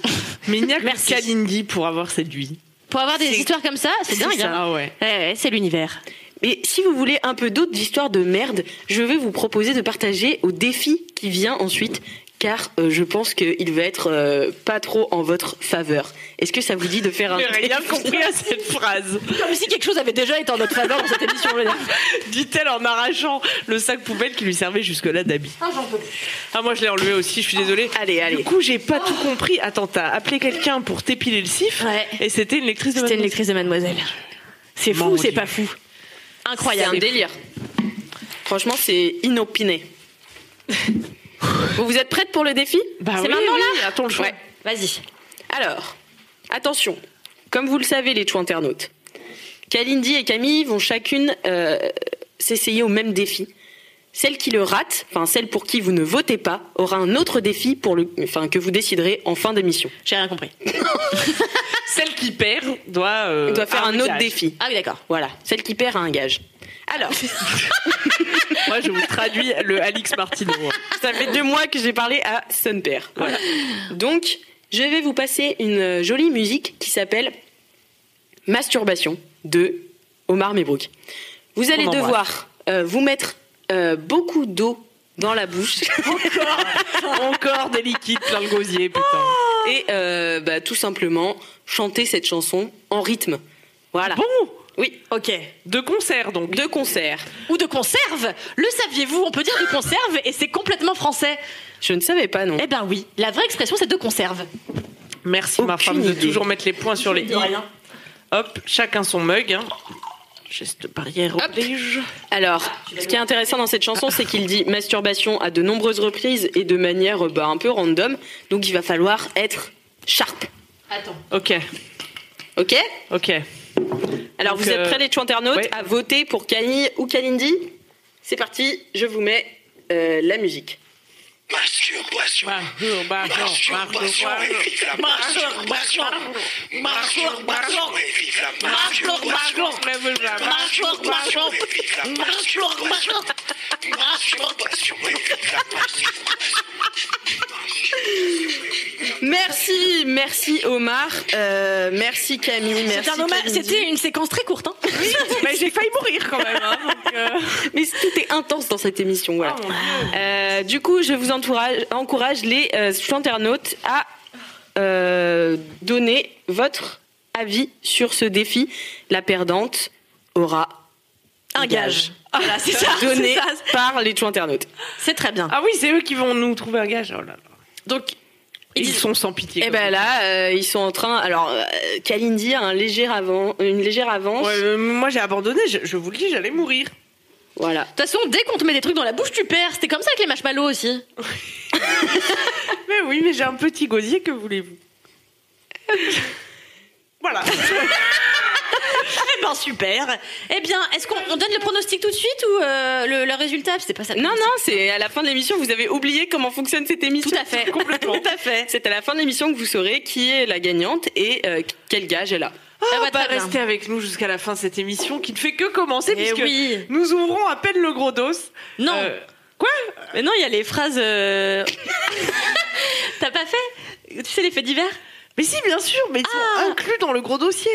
Mais il n'y a que Merci. Kalindi pour avoir séduit. Pour avoir des histoires comme ça, c'est dingue. ça, hein. Ah ouais. Ouais, ouais, c'est l'univers. Et si vous voulez un peu d'autres histoires de merde, je vais vous proposer de partager au défi qui vient ensuite, car euh, je pense qu'il va être euh, pas trop en votre faveur. Est-ce que ça vous dit de faire un... J'ai [LAUGHS] rien compris à cette phrase, Comme si quelque chose avait déjà été en notre faveur dans cette émission. dit-elle en arrachant le sac poubelle qui lui servait jusque-là d'habit. Ah, j'en peux plus. Ah, moi, je l'ai enlevé aussi, je suis désolée. Allez, Du allez. coup, j'ai pas tout compris. Attends, t'as appelé quelqu'un pour t'épiler le cif Ouais. et c'était une lectrice de C'était une mademoiselle. lectrice de Mademoiselle. C'est fou Mon ou c'est Dieu. pas fou C'est un Incroyable. délire. Franchement, c'est [LAUGHS] inopiné. vous vous êtes prête pour le défi Bah C'est oui, maintenant, oui, là Attends le choix. Ouais. Vas-y. Alors, attention, comme vous le savez, les internautes, Kalindi et Camille vont chacune euh, s'essayer au même défi. Celle qui le rate, enfin celle pour qui vous ne votez pas, aura un autre défi pour le, enfin que vous déciderez en fin d'émission. J'ai rien compris. Celle qui perd doit, euh, Elle doit faire un autre gage. défi. Ah oui, d'accord. Voilà, celle qui perd a un gage. Alors, Moi, je vous traduis le Alix Martino. hein. ça fait deux mois que j'ai parlé à son père. Voilà. Donc, je vais vous passer une jolie musique qui s'appelle Masturbation de Omar Mebrook. Vous allez l'embrasse. devoir euh, vous mettre euh, beaucoup d'eau dans la bouche Encore des liquides plein le gosier, putain. [LAUGHS] et euh, bah, tout simplement chanter cette chanson en rythme. Voilà. Bon, Oui, Ok. de concert donc. de concert. Ou de conserve Le saviez-vous On peut dire de conserve et c'est complètement français. Je ne savais pas non. Eh ben oui, la vraie expression c'est de conserve. Merci ma Aucune femme de idée. toujours mettre les points sur les i. Hop, chacun son mug. hein. Geste barrière oblige. Alors, ce qui est intéressant dans cette chanson, c'est qu'il dit masturbation à de nombreuses reprises et de manière euh, bah, un peu random. Donc, il va falloir être sharp. Attends. Ok, Ok ok. Alors, Donc, vous êtes euh, prêts, les internautes, ouais. à voter pour Camille ou Kalindi C'est parti, je vous mets euh, la musique. Masturbation. Masturbation et vive la masturbation. Masturbation et vive la masturbation. Masturbation et vive la masturbation. Masturbation et vive la masturbation. Merci, merci Omar, euh, merci Camille, merci. C'est un hommage- Kalindi. C'était une séquence très courte. Hein Mais j'ai failli mourir quand même. hein, donc, euh, Mais tout est intense dans cette émission, voilà. Ah, oh mon Dieu. Euh, du coup, je vous entourage- encourage les euh, internautes à euh, donner votre avis sur ce défi. La perdante aura Un gage. Ah, Voilà, c'est ça. [LAUGHS] c'est donné ça. par les internautes. C'est très bien. Ah oui, c'est eux qui vont nous trouver un gage. Oh là là. Donc, Ils, disent- sont sans pitié. Et ben là, euh, ils sont en train. Alors, euh, Kalindi a un léger avant, une légère avance. Ouais, euh, moi j'ai abandonné, je, je vous le dis, j'allais mourir. Voilà. toute façon, dès qu'on te met des trucs dans la bouche, tu perds. C'était comme ça avec les marshmallows aussi. Mais oui, mais j'ai un petit gosier, que [LAUGHS] voulez-vous Voilà. [LAUGHS] Eh ben super. Eh bien, est-ce qu'on on donne le pronostic tout de suite ou euh, le, le résultat C'est pas ça. Non, non, c'est à la fin de l'émission. Vous avez oublié comment fonctionne cette émission. Tout à fait. complètement. [LAUGHS] Tout à fait. C'est à la fin de l'émission que vous saurez qui est la gagnante et euh, quel gage elle a. Ah bah, Bah, très bien. restez avec nous jusqu'à la fin de cette émission qui ne fait que commencer Eh puisque oui. nous ouvrons à peine le gros dos. Non. Euh, Mais non, il y a les phrases. euh, [LAUGHS] T'as pas fait Tu sais les faits divers mais si, bien sûr, mais ils sont inclus dans le gros dossier.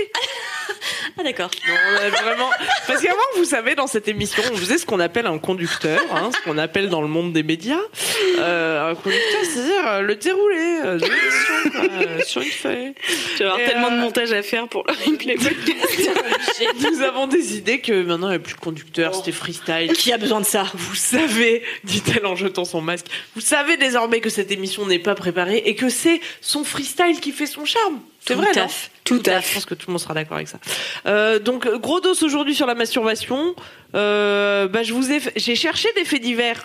Ah d'accord. Non, on a vraiment. Parce qu'avant, vous savez, dans cette émission, on faisait ce qu'on appelle un conducteur, hein, ce qu'on appelle dans le monde des médias, euh, un conducteur, c'est-à-dire euh, le déroulé euh, de l'émission quoi, euh, sur une feuille. Tu vas avoir Et, tellement de euh, montage à faire pour le replay podcast. Nous avons des idées que maintenant, il n'y a plus de conducteur, c'était freestyle. Qui a besoin de ça Vous savez, dit-elle en jetant son masque, vous savez désormais que cette émission n'est pas préparée et que c'est son freestyle qui fait son charme. [LAUGHS] C'est Tout vrai, à non fait. Tout à Je fait. pense que tout le monde sera d'accord avec ça. Euh, donc, gros dos aujourd'hui sur la masturbation. Euh, bah, je vous ai, j'ai cherché des faits divers.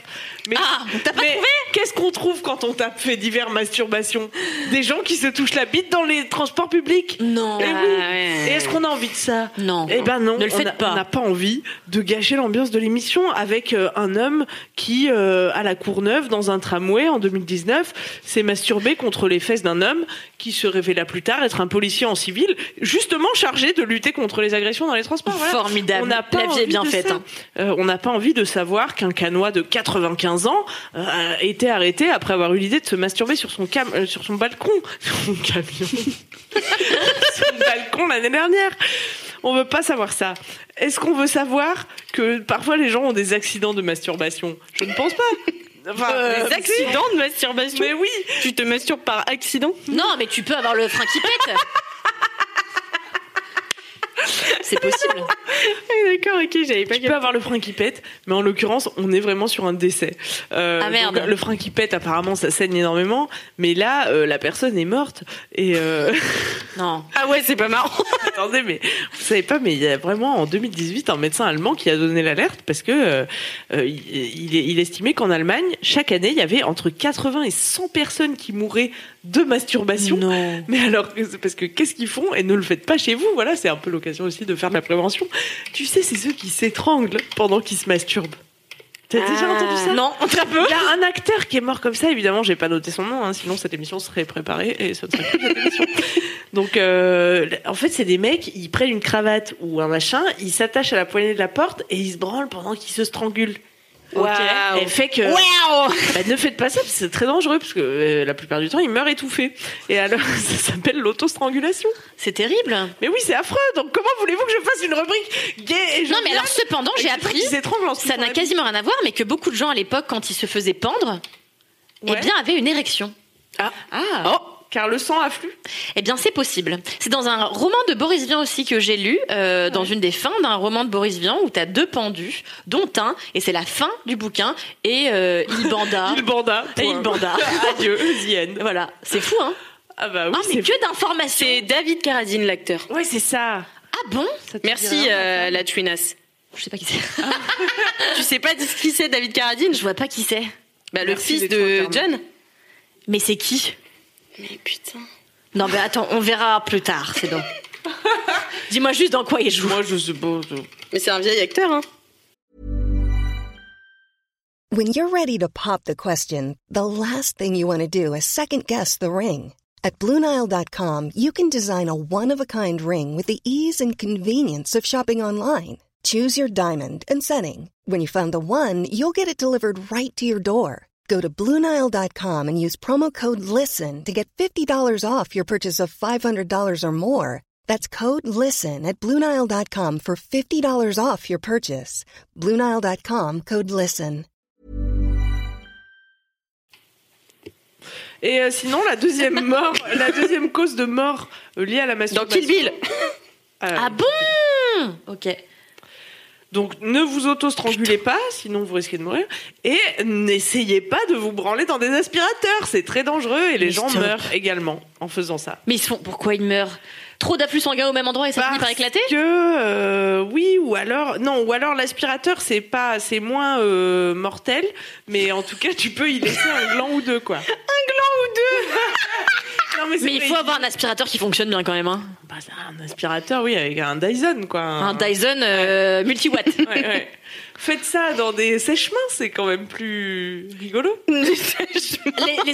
Mais, Ah, t'as pas mais Qu'est-ce qu'on trouve quand on tape faits divers masturbation Des gens qui se touchent la bite dans les transports publics. Non. Eh oui. Et est-ce qu'on a envie de ça Non. eh ben non, Ne le on faites a- pas. on n'a pas envie de gâcher l'ambiance de l'émission avec euh, un homme qui, euh, à la Courneuve, dans un tramway en 2019, s'est masturbé contre les fesses d'un homme qui se révéla plus tard être un policier en civil, justement chargé de lutter contre les agressions dans les transports. Voilà. Formidable. On n'a pas la vie est envie bien de faite. ça. hein. Euh, on n'a pas envie de savoir qu'un canois de 95 ans euh, a été arrêté après avoir eu l'idée de se masturber sur son, cam euh, sur son balcon. [LAUGHS] Sur son camion. son balcon l'année dernière. On veut pas savoir ça. Est-ce qu'on veut savoir que parfois les gens ont des accidents de masturbation Je ne pense pas. Enfin, Euh, des accidents. de masturbation. Mais oui, Tu te masturbes par accident Non, mais tu peux avoir le frein qui pète. C'est possible. Ah, D'accord, ok, j'avais pas tu peux avoir le frein qui pète, mais en l'occurrence, on est vraiment sur un décès. Euh, Ah, merde. donc, le frein qui pète, apparemment, ça saigne énormément, mais là, euh, la personne est morte. Et euh, [LAUGHS] Non. Ah ouais, c'est pas marrant. Attendez, mais vous savez pas, mais il y a vraiment en 2018 un médecin allemand qui a donné l'alerte parce que euh, euh, il, il est- il estimait qu'en Allemagne, chaque année, il y avait entre 80 et 100 personnes qui mouraient de masturbation. Non. [LAUGHS] Mais alors, que- parce que qu'est-ce qu'ils font et ne le faites pas chez vous Voilà, c'est un peu l'occasion aussi de faire de la prévention. Tu sais, c'est ceux qui s'étranglent pendant qu'ils se masturbent. T'as déjà entendu ça Ah, Non, très peu. il y a un acteur qui est mort comme ça, évidemment, j'ai pas noté son nom, hein, sinon cette émission serait préparée et ce ne serait plus cette émission. Donc, euh, en fait, c'est des mecs, ils prennent une cravate ou un machin, ils s'attachent à la poignée de la porte et ils se branlent pendant qu'ils se strangulent. Waouh. Et fait que bah, ne faites pas ça, parce que c'est très dangereux, parce que euh, la plupart du temps, ils meurent étouffés. Et alors, [LAUGHS] ça s'appelle l'autostrangulation. C'est terrible. Mais oui, c'est affreux, donc comment voulez-vous que je fasse une rubrique gay et Non, mais joviale alors cependant, j'ai avec des mecs appris, qui s'étranglent en se ça n'a touchant quasiment rien à voir, mais que beaucoup de gens à l'époque, quand ils se faisaient pendre, Ouais. eh bien, avaient une érection. Ah. Ah. Oh, car le sang afflue. Eh bien, c'est possible. C'est dans un roman de Boris Vian aussi que j'ai lu, euh, dans une des fins d'un roman de Boris Vian où t'as deux pendus, dont un, et c'est la fin du bouquin, et euh, il [LAUGHS] banda. Il banda. et il point. banda. Adieu, the end. voilà, c'est fou, hein Ah bah oui, Ah, mais c'est que d'informations C'est David Carradine, l'acteur. Ouais, c'est ça. Ah bon Ça te dit Merci, rien euh, la Twinas. Je sais pas qui c'est. Ah. [LAUGHS] Tu sais pas qui c'est David Carradine Je vois pas qui c'est. Bah, le Merci fils d'être de incarné. John. Mais c'est qui Mais putain. Non, mais attends, on verra plus tard, c'est [LAUGHS] bon. Dis-moi juste dans quoi il joue. Moi, je euh, sais pas. je- Mais c'est un vieil acteur, hein. When you're ready to pop the question, the last thing you want to do is second guess the ring. At Bluenile.com, you can design a one of a kind ring with the ease and convenience of shopping online. Choose your diamond and setting. When you find the one, you'll get it delivered right to your door. Go to Bluenile.com and use promo code LISTEN to get $50 off your purchase of $500 or more. That's code LISTEN at Bluenile.com for $50 off your purchase. Bluenile.com code LISTEN. Et euh, sinon, la deuxième mort, la deuxième cause de mort euh, liée à la Dans Ah masturbation. Kill Bill. Euh, Ah bon Ok. Donc ne vous auto-strangulez pas, sinon vous risquez de mourir. Et n'essayez pas de vous branler dans des aspirateurs, c'est très dangereux et les Mais gens stop. meurent également en faisant ça. Mais ils sont, pourquoi ils meurent Trop d'afflux sanguin au même endroit et ça finit par éclater que euh, oui ou alors non ou alors l'aspirateur c'est pas c'est moins euh, mortel mais en tout cas tu peux y laisser un gland ou deux [LAUGHS] quoi. Un gland ou deux. [LAUGHS] non mais, c'est Mais il pas faut avoir un aspirateur qui fonctionne bien quand même. hein. Bah, ça, un aspirateur, oui, avec un Dyson, quoi. Un Dyson [LAUGHS] euh, multi-watt. Ah. Ouais, ouais. Faites ça dans des sèches-mains, c'est quand même plus rigolo. les les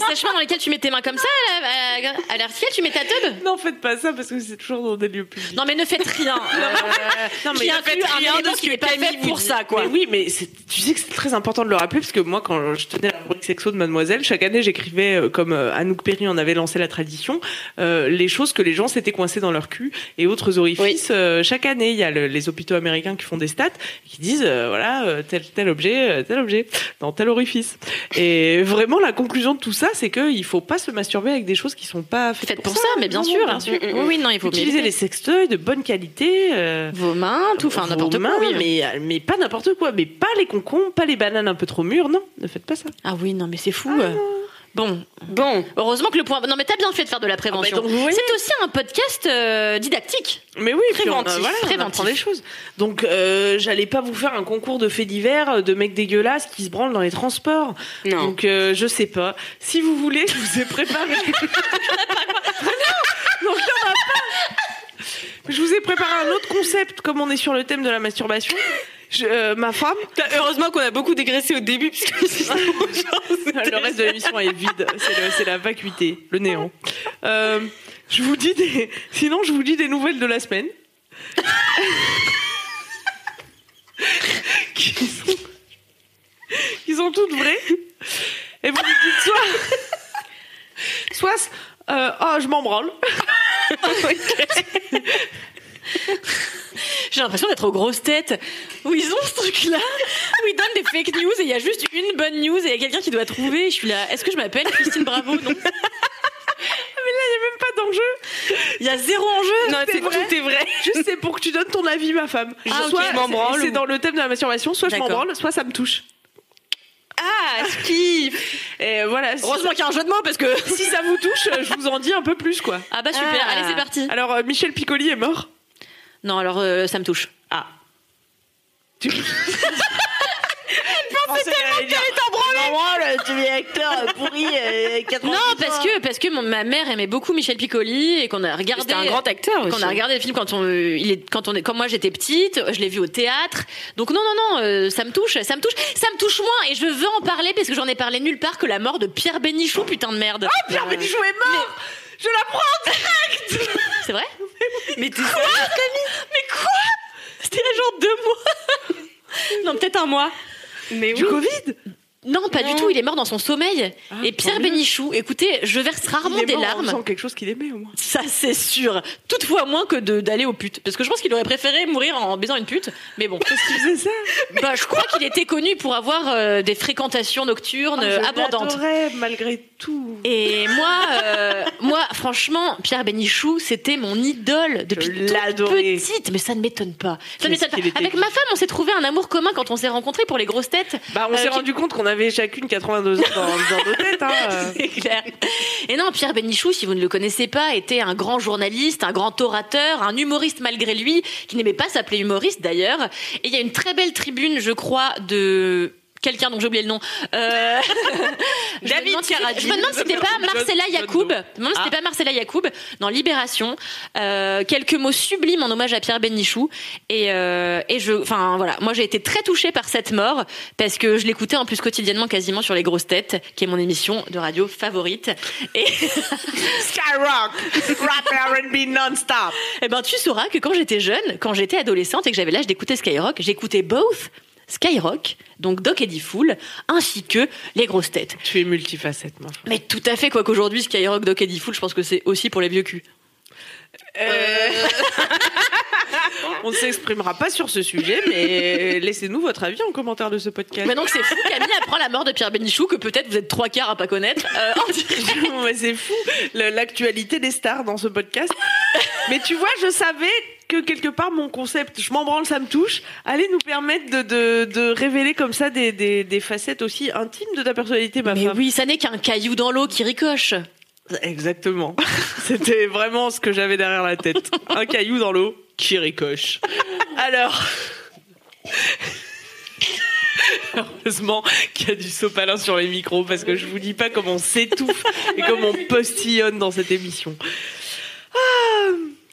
sèches-mains dans lesquels tu mets tes mains comme ça, là, euh, à- à l'article, tu mets ta teub Non, faites pas ça parce que c'est toujours dans des lieux publics. Non mais ne [LAUGHS] faites rien. Euh, Non, qui inclut un élément qui n'est pas fait pour ça, quoi. Mais oui, mais c'est- tu sais que c'est très important de le rappeler parce que moi, quand je tenais la rubrique sexo de Mademoiselle, chaque année, j'écrivais, euh, comme euh, Anouk Perry en avait lancé la tradition, euh, les choses que les gens s'étaient coincés dans leur cul et autres orifices. Euh, chaque année, il y a le- les hôpitaux américains qui font des stats qui disent, euh, voilà, euh, tel tel objet, euh, tel objet dans tel orifice. Et vraiment, la conclusion de tout ça, c'est qu'il faut pas se masturber avec des choses qui sont pas faites, Faites pour ça, mais bien Non, sûr. bien Oui, oui, non, il faut Utiliser les sextoys de bonne qualité. euh, Vos mains, tout, enfin vos n'importe quoi. mains, oui. hein. mais, mais pas n'importe quoi. Mais pas les concombres, pas les bananes un peu trop mûres. Non, ne faites pas ça. Ah oui, non mais c'est fou. euh. Bon, Bon, heureusement que le point. Non mais t'as bien fait de faire de la prévention. Ah bah donc, vous voyez. c'est aussi un podcast euh, didactique. Mais oui, puis Préventif, on, euh, voilà, on préventif. apprend des choses. Donc, euh, j'allais pas vous faire un concours de faits divers euh, de mecs dégueulasses qui se branlent dans les transports. Non. Donc, euh, je sais pas. Si vous voulez, je vous ai [LAUGHS] préparé. Non, donc, il y en a pas. Je vous ai préparé un autre concept, comme on est sur le thème de la masturbation. Je- euh, ma femme. Bah, heureusement qu'on a beaucoup dégraissé au début, parce que [LAUGHS] Ah, Le reste de l'émission est vide. C'est le- C'est la vacuité, le néant. Euh, je vous dis des. Sinon, je vous dis des nouvelles de la semaine. [LAUGHS] qui sont. qui sont toutes vraies. Et vous me dites soit. [LAUGHS] soit. euh, oh, je m'en branle. J'ai l'impression d'être aux grosses têtes où ils ont ce truc-là, où ils donnent des fake news et il y a juste une bonne news et il y a quelqu'un qui doit trouver. Je suis là, est-ce que je m'appelle Christine Bravo Non. Même pas d'enjeu. Il y a zéro enjeu. Non, c'est tout est vrai. [LAUGHS] Juste, c'est pour que tu donnes ton avis, ma femme. Ah, ok. soit Je m'en branle C'est ou- dans le thème de la masturbation. Soit je m'en D'accord. branle, soit ça me touche. Ah, skiff. Et voilà. si- [LAUGHS] Heureusement qu'il y a un jeu de mots parce que. si ça vous touche, euh, je vous en dis un peu plus, quoi. Ah bah super, Ah. allez c'est parti. Alors, euh, Michel Piccoli est mort. Non alors euh, ça me touche. Ah. Tu... Oh, tu es acteur pourri, Non parce que parce que mon- ma mère aimait beaucoup Michel Piccoli et qu'on a regardé. C'était un grand acteur Quand aussi. on a regardé le film quand on, euh, il est, quand on est, comme moi j'étais petite, je l'ai vu au théâtre. Donc non, non, non, euh, ça me touche, ça me touche, ça me touche moins et je veux en parler parce que j'en ai parlé nulle part que la mort de Pierre Bénichou, putain de merde. Ah, Pierre Bénichou est mort Je l'apprends [LAUGHS] C'est vrai Mais t'es- Mais quoi C'était genre deux mois [LAUGHS] Non, peut-être un mois. Mais Du oui. Covid Non, pas du tout, il est mort dans son sommeil. et Pierre tant Bénichou, écoutez, je verse rarement Il est des mort en larmes. faisant quelque chose qu'il aimait, au moins. Ça, c'est sûr. Toutefois, moins que de- d'aller aux putes. Parce que je pense qu'il aurait préféré mourir en baisant une pute. Mais bon. Qu'est-ce qu'il faisait ça Bah, je crois qu'il était connu pour avoir euh, des fréquentations nocturnes Ah, euh, abondantes. l'adorais, malgré tout. Et moi, euh, moi, franchement, Pierre Bénichou, c'était mon idole depuis toute l'adorais. petite. Mais ça ne m'étonne pas. Ça Qu'est-ce ne m'étonne pas. qu'il était Avec ma femme, on s'est trouvé un amour commun quand on s'est rencontrés pour les grosses têtes. Bah, on Euh, s'est qui- rendu compte qu'on avait chacune 82 ans dans, dans nos têtes, hein. [LAUGHS] C'est clair. Et non, Pierre Bénichou, si vous ne le connaissez pas, était un grand journaliste, un grand orateur, un humoriste malgré lui, qui n'aimait pas s'appeler humoriste d'ailleurs. Et il y a une très belle tribune, je crois, de quelqu'un dont j'ai oublié le nom. Euh, je me David demande si- Carradine. Je me demande si c'était pas Marcella Yacoub. Je me demande si c'était pas Marcella Yacoub dans Libération. Euh, quelques mots sublimes en hommage à Pierre Bénichou. Et, euh, et je, enfin voilà, moi j'ai été très touchée par cette mort parce que je l'écoutais en plus quotidiennement quasiment sur les grosses têtes, qui est mon émission de radio favorite. [LAUGHS] Et, [LAUGHS] Skyrock Rap R&B non-stop et ben tu sauras que quand j'étais jeune, quand j'étais adolescente et que j'avais l'âge d'écouter Skyrock, j'écoutais both. Skyrock, donc Doc Eddie Fool, ainsi que les grosses têtes. Tu es multifacette, moi. Mais tout à fait, quoi qu'aujourd'hui, Skyrock, Doc Eddie Fool, je pense que c'est aussi pour les vieux culs. On ne s'exprimera pas sur ce sujet, mais laissez-nous votre avis en commentaire de ce podcast. Mais donc c'est fou, Camille apprend la mort de Pierre Bénichou, que peut-être vous êtes trois quarts à pas connaître. Euh, en direct. [LAUGHS] Non, mais c'est fou le- l'actualité des stars dans ce podcast. Mais tu vois, je savais que quelque part mon concept, je m'en branle, ça me touche, allait nous permettre de, de, de révéler comme ça des, des, des facettes aussi intimes de ta personnalité, ma Mais femme. oui, ça n'est qu'un caillou dans l'eau qui ricoche. Exactement. [LAUGHS] C'était vraiment ce que j'avais derrière la tête. Un caillou dans l'eau qui ricoche. Alors. [LAUGHS] Heureusement qu'il y a du sopalin sur les micros parce que je vous dis pas comment on s'étouffe et comment on postillonne dans cette émission. Ah,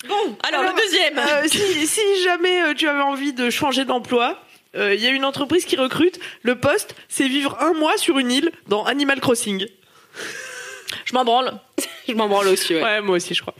Bon, alors, Alors, le deuxième. Euh, si, si jamais euh, tu avais envie de changer d'emploi, euh, il y a une entreprise qui recrute. Le poste, c'est vivre un mois sur une île dans Animal Crossing. je m'en branle. Je m'en branle aussi, ouais. Ouais, moi aussi, [LAUGHS] je crois.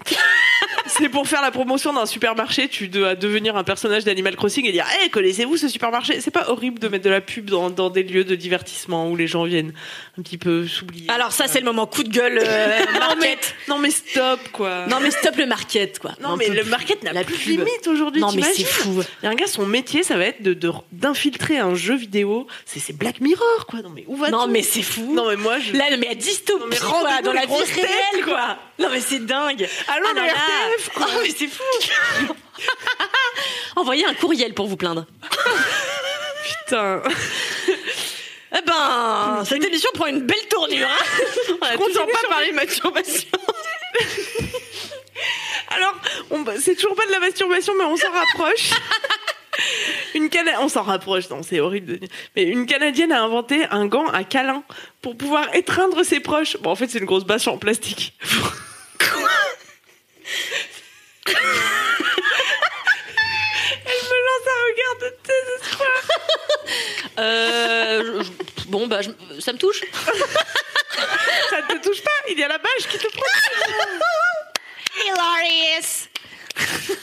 C'est pour faire la promotion d'un supermarché, tu dois devenir un personnage d'Animal Crossing et dire Hey, connaissez-vous ce supermarché C'est pas horrible de mettre de la pub dans, dans des lieux de divertissement où les gens viennent un petit peu s'oublier. Alors ça, c'est le moment coup de gueule [LAUGHS] euh, non, mais, market. non, mais stop, quoi. Non mais stop le market quoi. Non, Un mais peu le plus. market n'a La plus de pub. limite aujourd'hui, Non mais c'est t'imagines fou. Il y a un gars, son métier, ça va être de- de- d'infiltrer un jeu vidéo. C'est c'est Black Mirror, quoi. Non, mais où va Non tout mais c'est fou. Non, mais moi, je. Là, non, mais à dystopie, Non, mais quoi, rendez-nous dans les la vie grosses têtes, réelle, quoi. quoi. Non, mais c'est dingue. Allons non, dans là. RTF, quoi. Oh, mais c'est fou. Envoyez un courriel pour vous plaindre. Putain. Eh ben, cette émission prend une belle tournure. [LAUGHS] Hein Je toujours pas parler masturbation. [LAUGHS] Alors, on- c'est toujours pas de la masturbation, mais on s'en rapproche. Une Cana- on s'en rapproche, non, c'est horrible. de dire. Mais une Canadienne a inventé un gant à câlin pour pouvoir étreindre ses proches. Bon, en fait, c'est une grosse bâche en plastique. [LAUGHS] Elle me lance un regard de désespoir. Euh, je- je- bon, bah, je- ça me touche. Ça ne te touche pas, il y a la bâche qui te prend. Hilarious.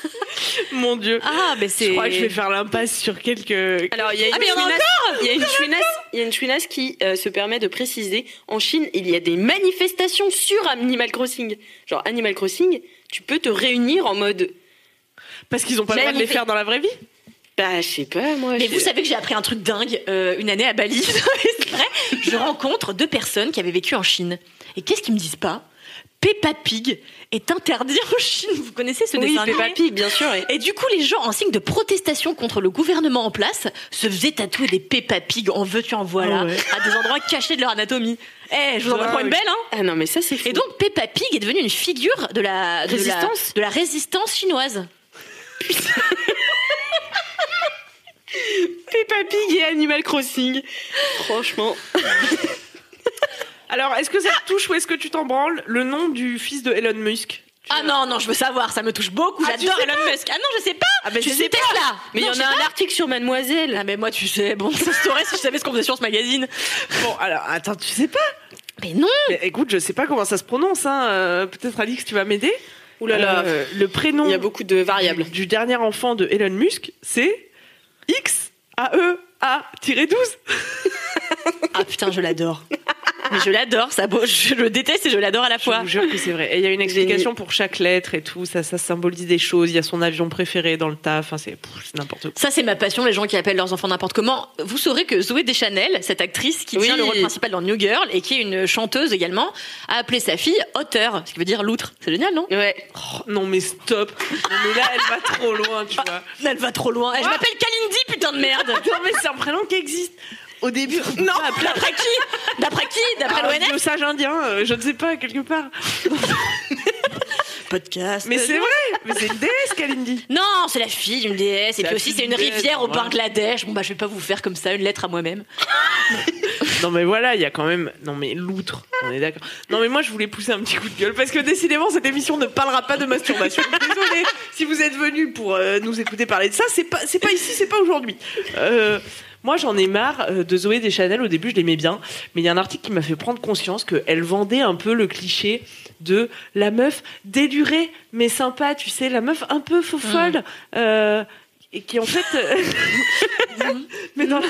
Mon Dieu. Ah, mais c'est. Je crois que je vais faire l'impasse sur quelques. Alors, il y a une Ah, mais il y en a chouinasse- encore il y a une chouinasse- il y a une chouinasse qui euh, se permet de préciser en Chine, il y a des manifestations sur Animal Crossing. Genre, Animal Crossing, tu peux te réunir en mode. Parce qu'ils n'ont pas le droit de les Manif- faire dans la vraie vie. Bah, je sais pas, moi. Mais je- vous savez que j'ai appris un truc dingue euh, une année à Bali. [LAUGHS] C'est vrai. Je rencontre deux personnes qui avaient vécu en Chine. Et qu'est-ce qu'ils me disent pas Peppa Pig est interdit en Chine. Vous connaissez ce Oui, dessin Peppa animé Pig, bien sûr. oui. Et du coup, les gens, en signe de protestation contre le gouvernement en place, se faisaient tatouer des Peppa Pig en veux-tu en voilà, Ah ouais. à des endroits cachés de leur anatomie. Eh, je vous en prends une belle, hein Ah non, mais ça, c'est fou. Et donc, Peppa Pig est devenue une figure de la de la- Résistance de la résistance chinoise. Peppa Pig et Animal Crossing. Franchement. Alors, est-ce que ça te touche ou est-ce que tu t'en branles le nom du fils de Elon Musk Ah non, non, je veux savoir, ça me touche beaucoup, Ah, tu j'adore sais Elon Musk. Ah non, je sais pas mais Tu je sais sais Tesla Mais il y Non, en je a sais un pas. article sur Mademoiselle. Ah mais moi, tu sais, bon, [LAUGHS] ça se saurait si je savais ce qu'on faisait sur ce magazine. Bon, alors, attends, tu sais pas Mais non Mais Écoute, je sais pas comment ça se prononce. Hein. euh, Peut-être, Alix, tu vas m'aider Ouh là là. Euh, le prénom Il y a beaucoup de variables. du, du dernier enfant de Elon Musk, c'est E X-A-E-A-12. Ah putain, je l'adore. [LAUGHS] Mais je l'adore, ça, beau- je le déteste et je l'adore à la Je fois. vous jure que c'est vrai. Et il y a une explication pour chaque lettre et tout. Ça, ça symbolise des choses. Il y a son avion préféré dans le taf. Enfin, c'est pff, c'est n'importe quoi. Ça, c'est ma passion, les gens qui appellent leurs enfants n'importe comment. Vous saurez que Zoé Deschanel, cette actrice qui Oui. tient le rôle principal dans New Girl et qui est une chanteuse également, a appelé sa fille Auteur, ce qui veut dire loutre. C'est génial, non Ouais. Oh, non, mais stop. Non, mais là, elle va trop loin, tu vois. Elle va trop loin. Eh, je Ah. m'appelle Kalindi, putain de merde [LAUGHS] Non, mais c'est un prénom qui existe. Au début, on Non Ah, peut appeler D'après qui D'après qui D'après un l'ONF diosage Ah, indien, euh, je ne sais pas, quelque part. Podcast. Mais c'est vrai, mais c'est une déesse, Kalindi. Non, c'est la fille d'une déesse. Et la puis aussi, fille c'est une d'une déesse, rivière au voilà. Bangladesh. Bon, bah, je vais pas vous faire comme ça une lettre à moi-même. Non, mais voilà, il y a quand même. Non, mais l'outre, on est d'accord. Non, mais moi, je voulais pousser un petit coup de gueule parce que décidément, cette émission ne parlera pas de masturbation. Désolée, si vous êtes venus pour euh, nous écouter parler de ça, c'est pas, c'est pas ici, c'est pas aujourd'hui. Euh, Moi, j'en ai marre euh, de Zoé Deschanel. Au début, je l'aimais bien, mais il y a un article qui m'a fait prendre conscience qu'elle vendait un peu le cliché de la meuf délurée mais sympa, tu sais, la meuf un peu faux folle, Mmh. euh, et qui en fait. [LAUGHS] euh, [LAUGHS] mais dans la.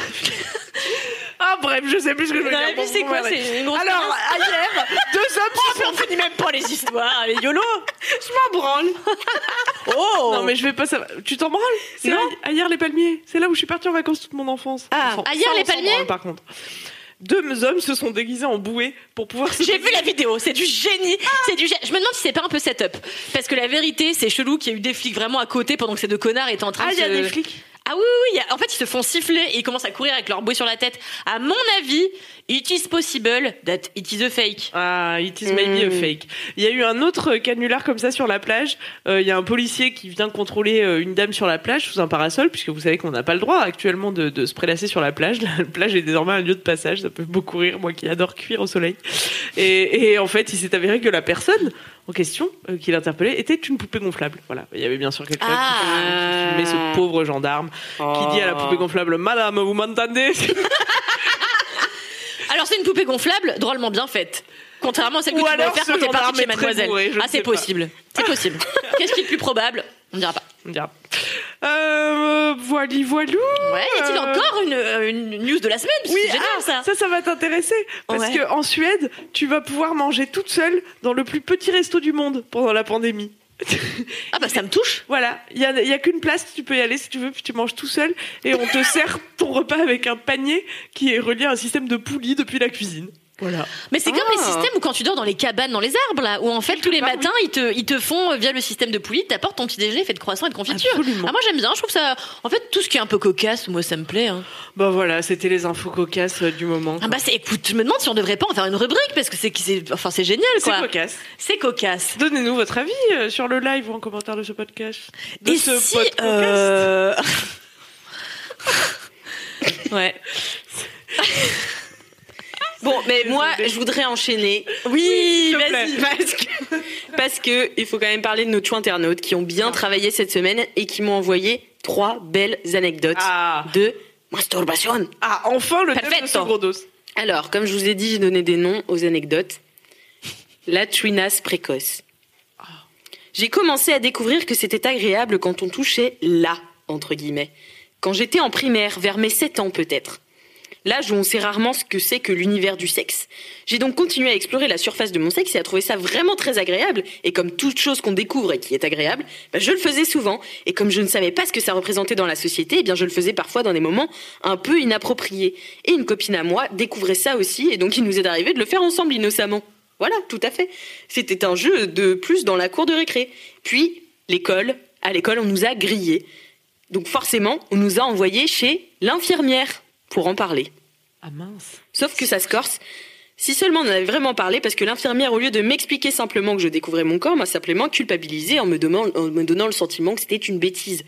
Ah bref, je sais plus ce que je veux Mmh. Dans dire. la vie, Bon, c'est bon, quoi ouais. C'est une grosse. Alors, hier, deux hommes se sont Oh, on finit même pas les histoires, les YOLO [LAUGHS] je m'en branle. [LAUGHS] Oh Non, mais je vais pas savoir. Tu t'en branles C'est Non. là, ailleurs les palmiers. C'est là où je suis partie en vacances toute mon enfance. Ah, Enfin, ailleurs ça, les on s'en palmiers branle, Par contre. deux hommes se sont déguisés en bouée pour pouvoir. se J'ai déguiser. vu la vidéo, c'est du génie, Ah. c'est du. gé- Je me demande si c'est pas un peu setup, parce que la vérité, c'est chelou qu'il y a eu des flics vraiment à côté pendant que ces deux connards étaient en train Ah, de. il y a se- des flics. Ah oui, oui, oui, il y a- en fait, ils se font siffler et ils commencent à courir avec leur bouée sur la tête. À mon avis, it is possible that it is a fake. Ah, it is maybe a fake. Il y a eu un autre canular comme ça sur la plage. Euh, il y a un policier qui vient contrôler euh, une dame sur la plage sous un parasol, puisque vous savez qu'on n'a pas le droit actuellement de, de se prélasser sur la plage. [LAUGHS] La plage est désormais un lieu de passage. Ça peut beaucoup rire, moi qui adore cuire au soleil. Et, et en fait, il s'est avéré que la personne en question euh, qui l'interpellait était une poupée gonflable. Voilà. Il y avait bien sûr quelqu'un qui- Ah. qui, filmait ce pauvre gendarme qui dit à la Oh. poupée gonflable Madame, vous m'entendez Alors, c'est une poupée gonflable, drôlement bien faite. Contrairement à celle que Ou tu pouvais alors faire ce quand t'es gendarme parti chez est très mademoiselle. bourré, je ne ah, sais c'est pas. possible. [LAUGHS] C'est possible. Qu'est-ce qui est le plus probable On ne dira pas. On dira. Euh, voili, voilou Ouais, y a-t-il Euh, encore une, euh, une news de la semaine Parce que Oui, C'est génial ah, ça. ça, va t'intéresser. Parce Ouais. que en Suède, tu vas pouvoir manger toute seule dans le plus petit resto du monde pendant la pandémie. [LAUGHS] Ah bah ça me touche. Voilà, il n'y a, il y a qu'une place, tu peux y aller si tu veux, puis tu manges tout seul et on [LAUGHS] te sert ton repas avec un panier qui est relié à un système de poulies depuis la cuisine. Voilà. Mais c'est comme Ah. les systèmes où quand tu dors dans les cabanes, dans les arbres, là, où en fait tous les part, matins ils, te, ils te font euh, via le système de poulie, t'apportes ton petit déjeuner fait de croissants et de confiture. Absolument. Ah moi j'aime bien, je trouve ça. En fait tout ce qui est un peu cocasse, moi ça me plaît. hein. Bah voilà, c'était les infos cocasses euh, du moment. Ah bah c'est, écoute, je me demande si on devrait pas en faire une rubrique parce que c'est, c'est enfin c'est génial C'est quoi. cocasse. C'est cocasse. Donnez-nous votre avis euh, sur le live ou en commentaire de ce podcast. De et ce si podcast. [LAUGHS] euh... ouais. Bon, mais moi, je voudrais enchaîner. Oui, [LAUGHS] S'il te vas-y. plaît. Parce que, parce que il faut quand même parler de nos chou internautes qui ont bien travaillé cette semaine et qui m'ont envoyé trois belles anecdotes Ah. de masturbation. Ah, enfin le thème de Perfetto. ce gros dos. Alors, comme je vous ai dit, j'ai donné des noms aux anecdotes. La chouinasse précoce. J'ai commencé à découvrir que c'était agréable quand on touchait là, entre guillemets. Quand j'étais en primaire, vers mes 7 ans peut-être. L'âge où on sait rarement ce que c'est que l'univers du sexe. J'ai donc continué à explorer la surface de mon sexe et à trouver ça vraiment très agréable. Et comme toute chose qu'on découvre et qui est agréable, bah, je le faisais souvent. Et comme je ne savais pas ce que ça représentait dans la société, eh bien je le faisais parfois dans des moments un peu inappropriés. Et une copine à moi découvrait ça aussi, et donc il nous est arrivé de le faire ensemble innocemment. Voilà, tout à fait. C'était un jeu de plus dans la cour de récré. Puis, l'école. À l'école, on nous a grillés. Donc forcément, on nous a envoyés chez l'infirmière pour en parler. Ah mince. Sauf que ça se corse. Si seulement on en avait vraiment parlé, parce que l'infirmière, au lieu de m'expliquer simplement que je découvrais mon corps, m'a simplement culpabilisé en me, demand- en me donnant le sentiment que c'était une bêtise.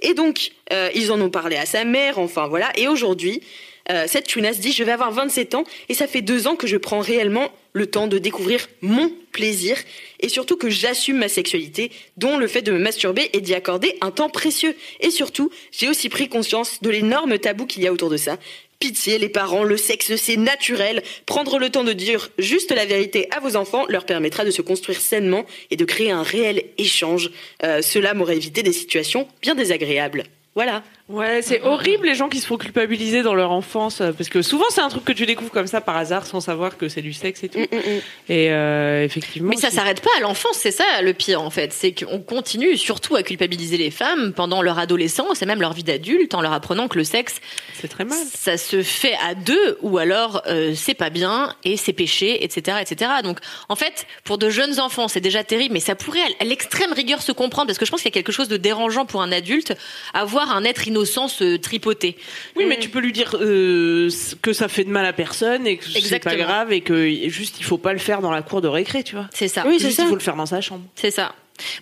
Et donc, euh, ils en ont parlé à sa mère, enfin voilà. Et aujourd'hui, euh, cette tunasse dit Je vais avoir 27 ans, et ça fait deux ans que je prends réellement le temps de découvrir mon plaisir, et surtout que j'assume ma sexualité, dont le fait de me masturber et d'y accorder un temps précieux. Et surtout, j'ai aussi pris conscience de l'énorme tabou qu'il y a autour de ça. Pitié, les parents, le sexe, c'est naturel. Prendre le temps de dire juste la vérité à vos enfants leur permettra de se construire sainement et de créer un réel échange. Euh, cela m'aurait évité des situations bien désagréables. Voilà. Ouais, c'est horrible les gens qui se font culpabiliser dans leur enfance euh, parce que souvent c'est un truc que tu découvres comme ça par hasard sans savoir que c'est du sexe Mm, et tout. Et euh, effectivement. Mais ça si- s'arrête pas à l'enfance, c'est ça le pire en fait. C'est qu'on continue surtout à culpabiliser les femmes pendant leur adolescence et même leur vie d'adulte en leur apprenant que le sexe, c'est très mal. ça se fait à deux ou alors euh, c'est pas bien et c'est péché, etc., etc. Donc en fait, pour de jeunes enfants, c'est déjà terrible, mais ça pourrait à l'extrême rigueur se comprendre parce que je pense qu'il y a quelque chose de dérangeant pour un adulte à voir un être innocent se tripoter. Oui, Mm. mais tu peux lui dire euh, que ça fait de mal à personne et que c'est pas Exactement. grave et que juste il faut pas le faire dans la cour de récré, tu vois. C'est ça. Oui, c'est Juste, ça. il faut le faire dans sa chambre. C'est ça.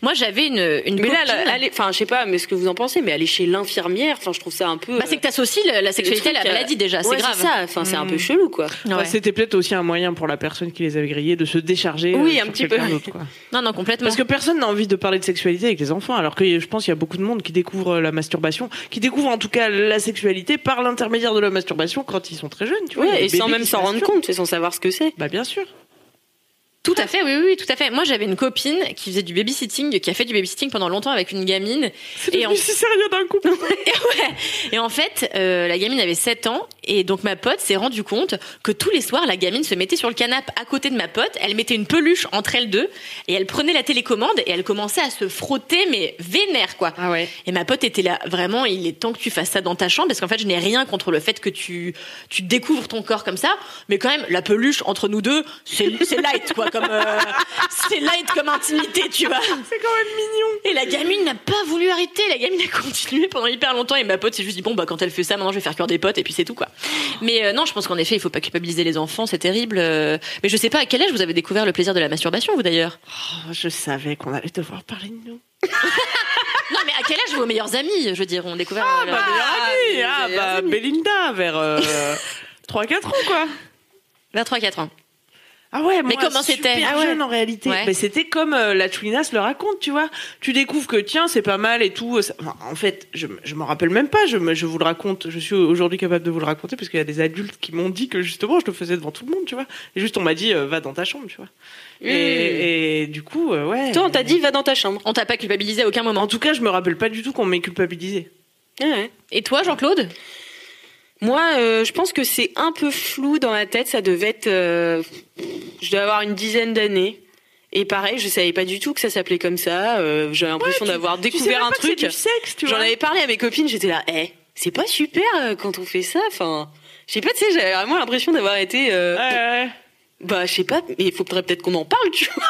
Moi, j'avais une une Mais là, copine- là, allez, enfin, je sais pas, mais ce que vous en pensez, mais aller chez l'infirmière, enfin, je trouve ça un peu. Bah, c'est que t'associes la- la sexualité à la maladie déjà, c'est grave. Hmm. C'est ça. Enfin, c'est un peu chelou, quoi. Enfin, Ouais. C'était peut-être aussi un moyen pour la personne qui les avait grillés de se décharger. euh, Oui, sur un petit peu. quelqu'un d'autre, quoi. Non, non, complètement. Parce que personne n'a envie de parler de sexualité avec les enfants, alors que je pense qu'il y a beaucoup de monde qui découvre euh, la masturbation, qui découvre en tout cas la sexualité par l'intermédiaire de la masturbation quand ils sont très jeunes, tu vois. Il y a Ouais, des et sans bébés même qui s'en rendre masturbent. compte, et sans savoir ce que c'est. Bah bien sûr. Tout à fait, oui, oui, oui, tout à fait. Moi, j'avais une copine qui faisait du babysitting, qui a fait du babysitting pendant longtemps avec une gamine. C'est Et [LAUGHS] devenu en- [LAUGHS] Oh, si sérieux d'un coup. Et en fait, euh, la gamine avait 7 ans Et donc ma pote s'est rendu compte que tous les soirs, la gamine se mettait sur le canapé à côté de ma pote, elle mettait une peluche entre elles deux, et elle prenait la télécommande et elle commençait à se frotter, mais vénère quoi. Ah ouais. Et ma pote était là, vraiment, il est temps que tu fasses ça dans ta chambre, parce qu'en fait, je n'ai rien contre le fait que tu, tu découvres ton corps comme ça, mais quand même, la peluche entre nous deux, c'est c'est light, quoi, comme, euh, c'est light comme intimité, tu vois. C'est quand même mignon. Et la gamine n'a pas voulu arrêter, la gamine a continué pendant hyper longtemps, et ma pote s'est juste dit, bon, bah, quand elle fait ça, maintenant, je vais faire cuire des potes, et puis c'est tout, quoi. Mais euh, non, je pense qu'en effet, il faut pas culpabiliser les enfants, c'est terrible, euh, mais je sais pas à quel âge vous avez découvert le plaisir de la masturbation, vous d'ailleurs. Oh, je savais qu'on allait devoir parler de nous. Non, mais à quel âge vos meilleurs amis, je veux dire, ont découvert Ah, euh, bah, meilleure amie. Ah, bah, Belinda, vers 3-4 ans, [LAUGHS] quoi. vers 3-4 ans. Ah ouais, Mais moi, comment c'était super Ah ouais. jeune en réalité. Ouais. Mais c'était comme euh, la Chouinas le raconte, tu vois. Tu découvres que tiens, c'est pas mal et tout. euh, ça- enfin, en fait, je, m- je m'en rappelle même pas. Je, me- je vous le raconte. Je suis aujourd'hui capable de vous le raconter parce qu'il y a des adultes qui m'ont dit que justement, je le faisais devant tout le monde, tu vois. Et juste, on m'a dit, euh, va dans ta chambre, tu vois. Et, et du coup, euh, ouais. Mmh. Toi, on t'a dit, va dans ta chambre. On t'a pas culpabilisé à aucun moment. En tout cas, je me rappelle pas du tout qu'on m'ait culpabilisé. Et toi, Jean-Claude Moi, euh, je pense que c'est un peu flou dans la tête. Ça devait être, euh, je dois avoir une dizaine d'années. Et pareil, je savais pas du tout que ça s'appelait comme ça. Euh, J'ai l'impression d'avoir Tu sais découvert même un pas que c'est truc. du sexe, tu J'en vois. avais parlé à mes copines. J'étais là, eh, c'est pas super euh, quand on fait ça. Enfin, je sais pas. Tu sais, j'avais vraiment l'impression d'avoir été. euh, Ouais, ouais. Bah, je sais pas. Mais il faudrait peut-être qu'on en parle, tu vois.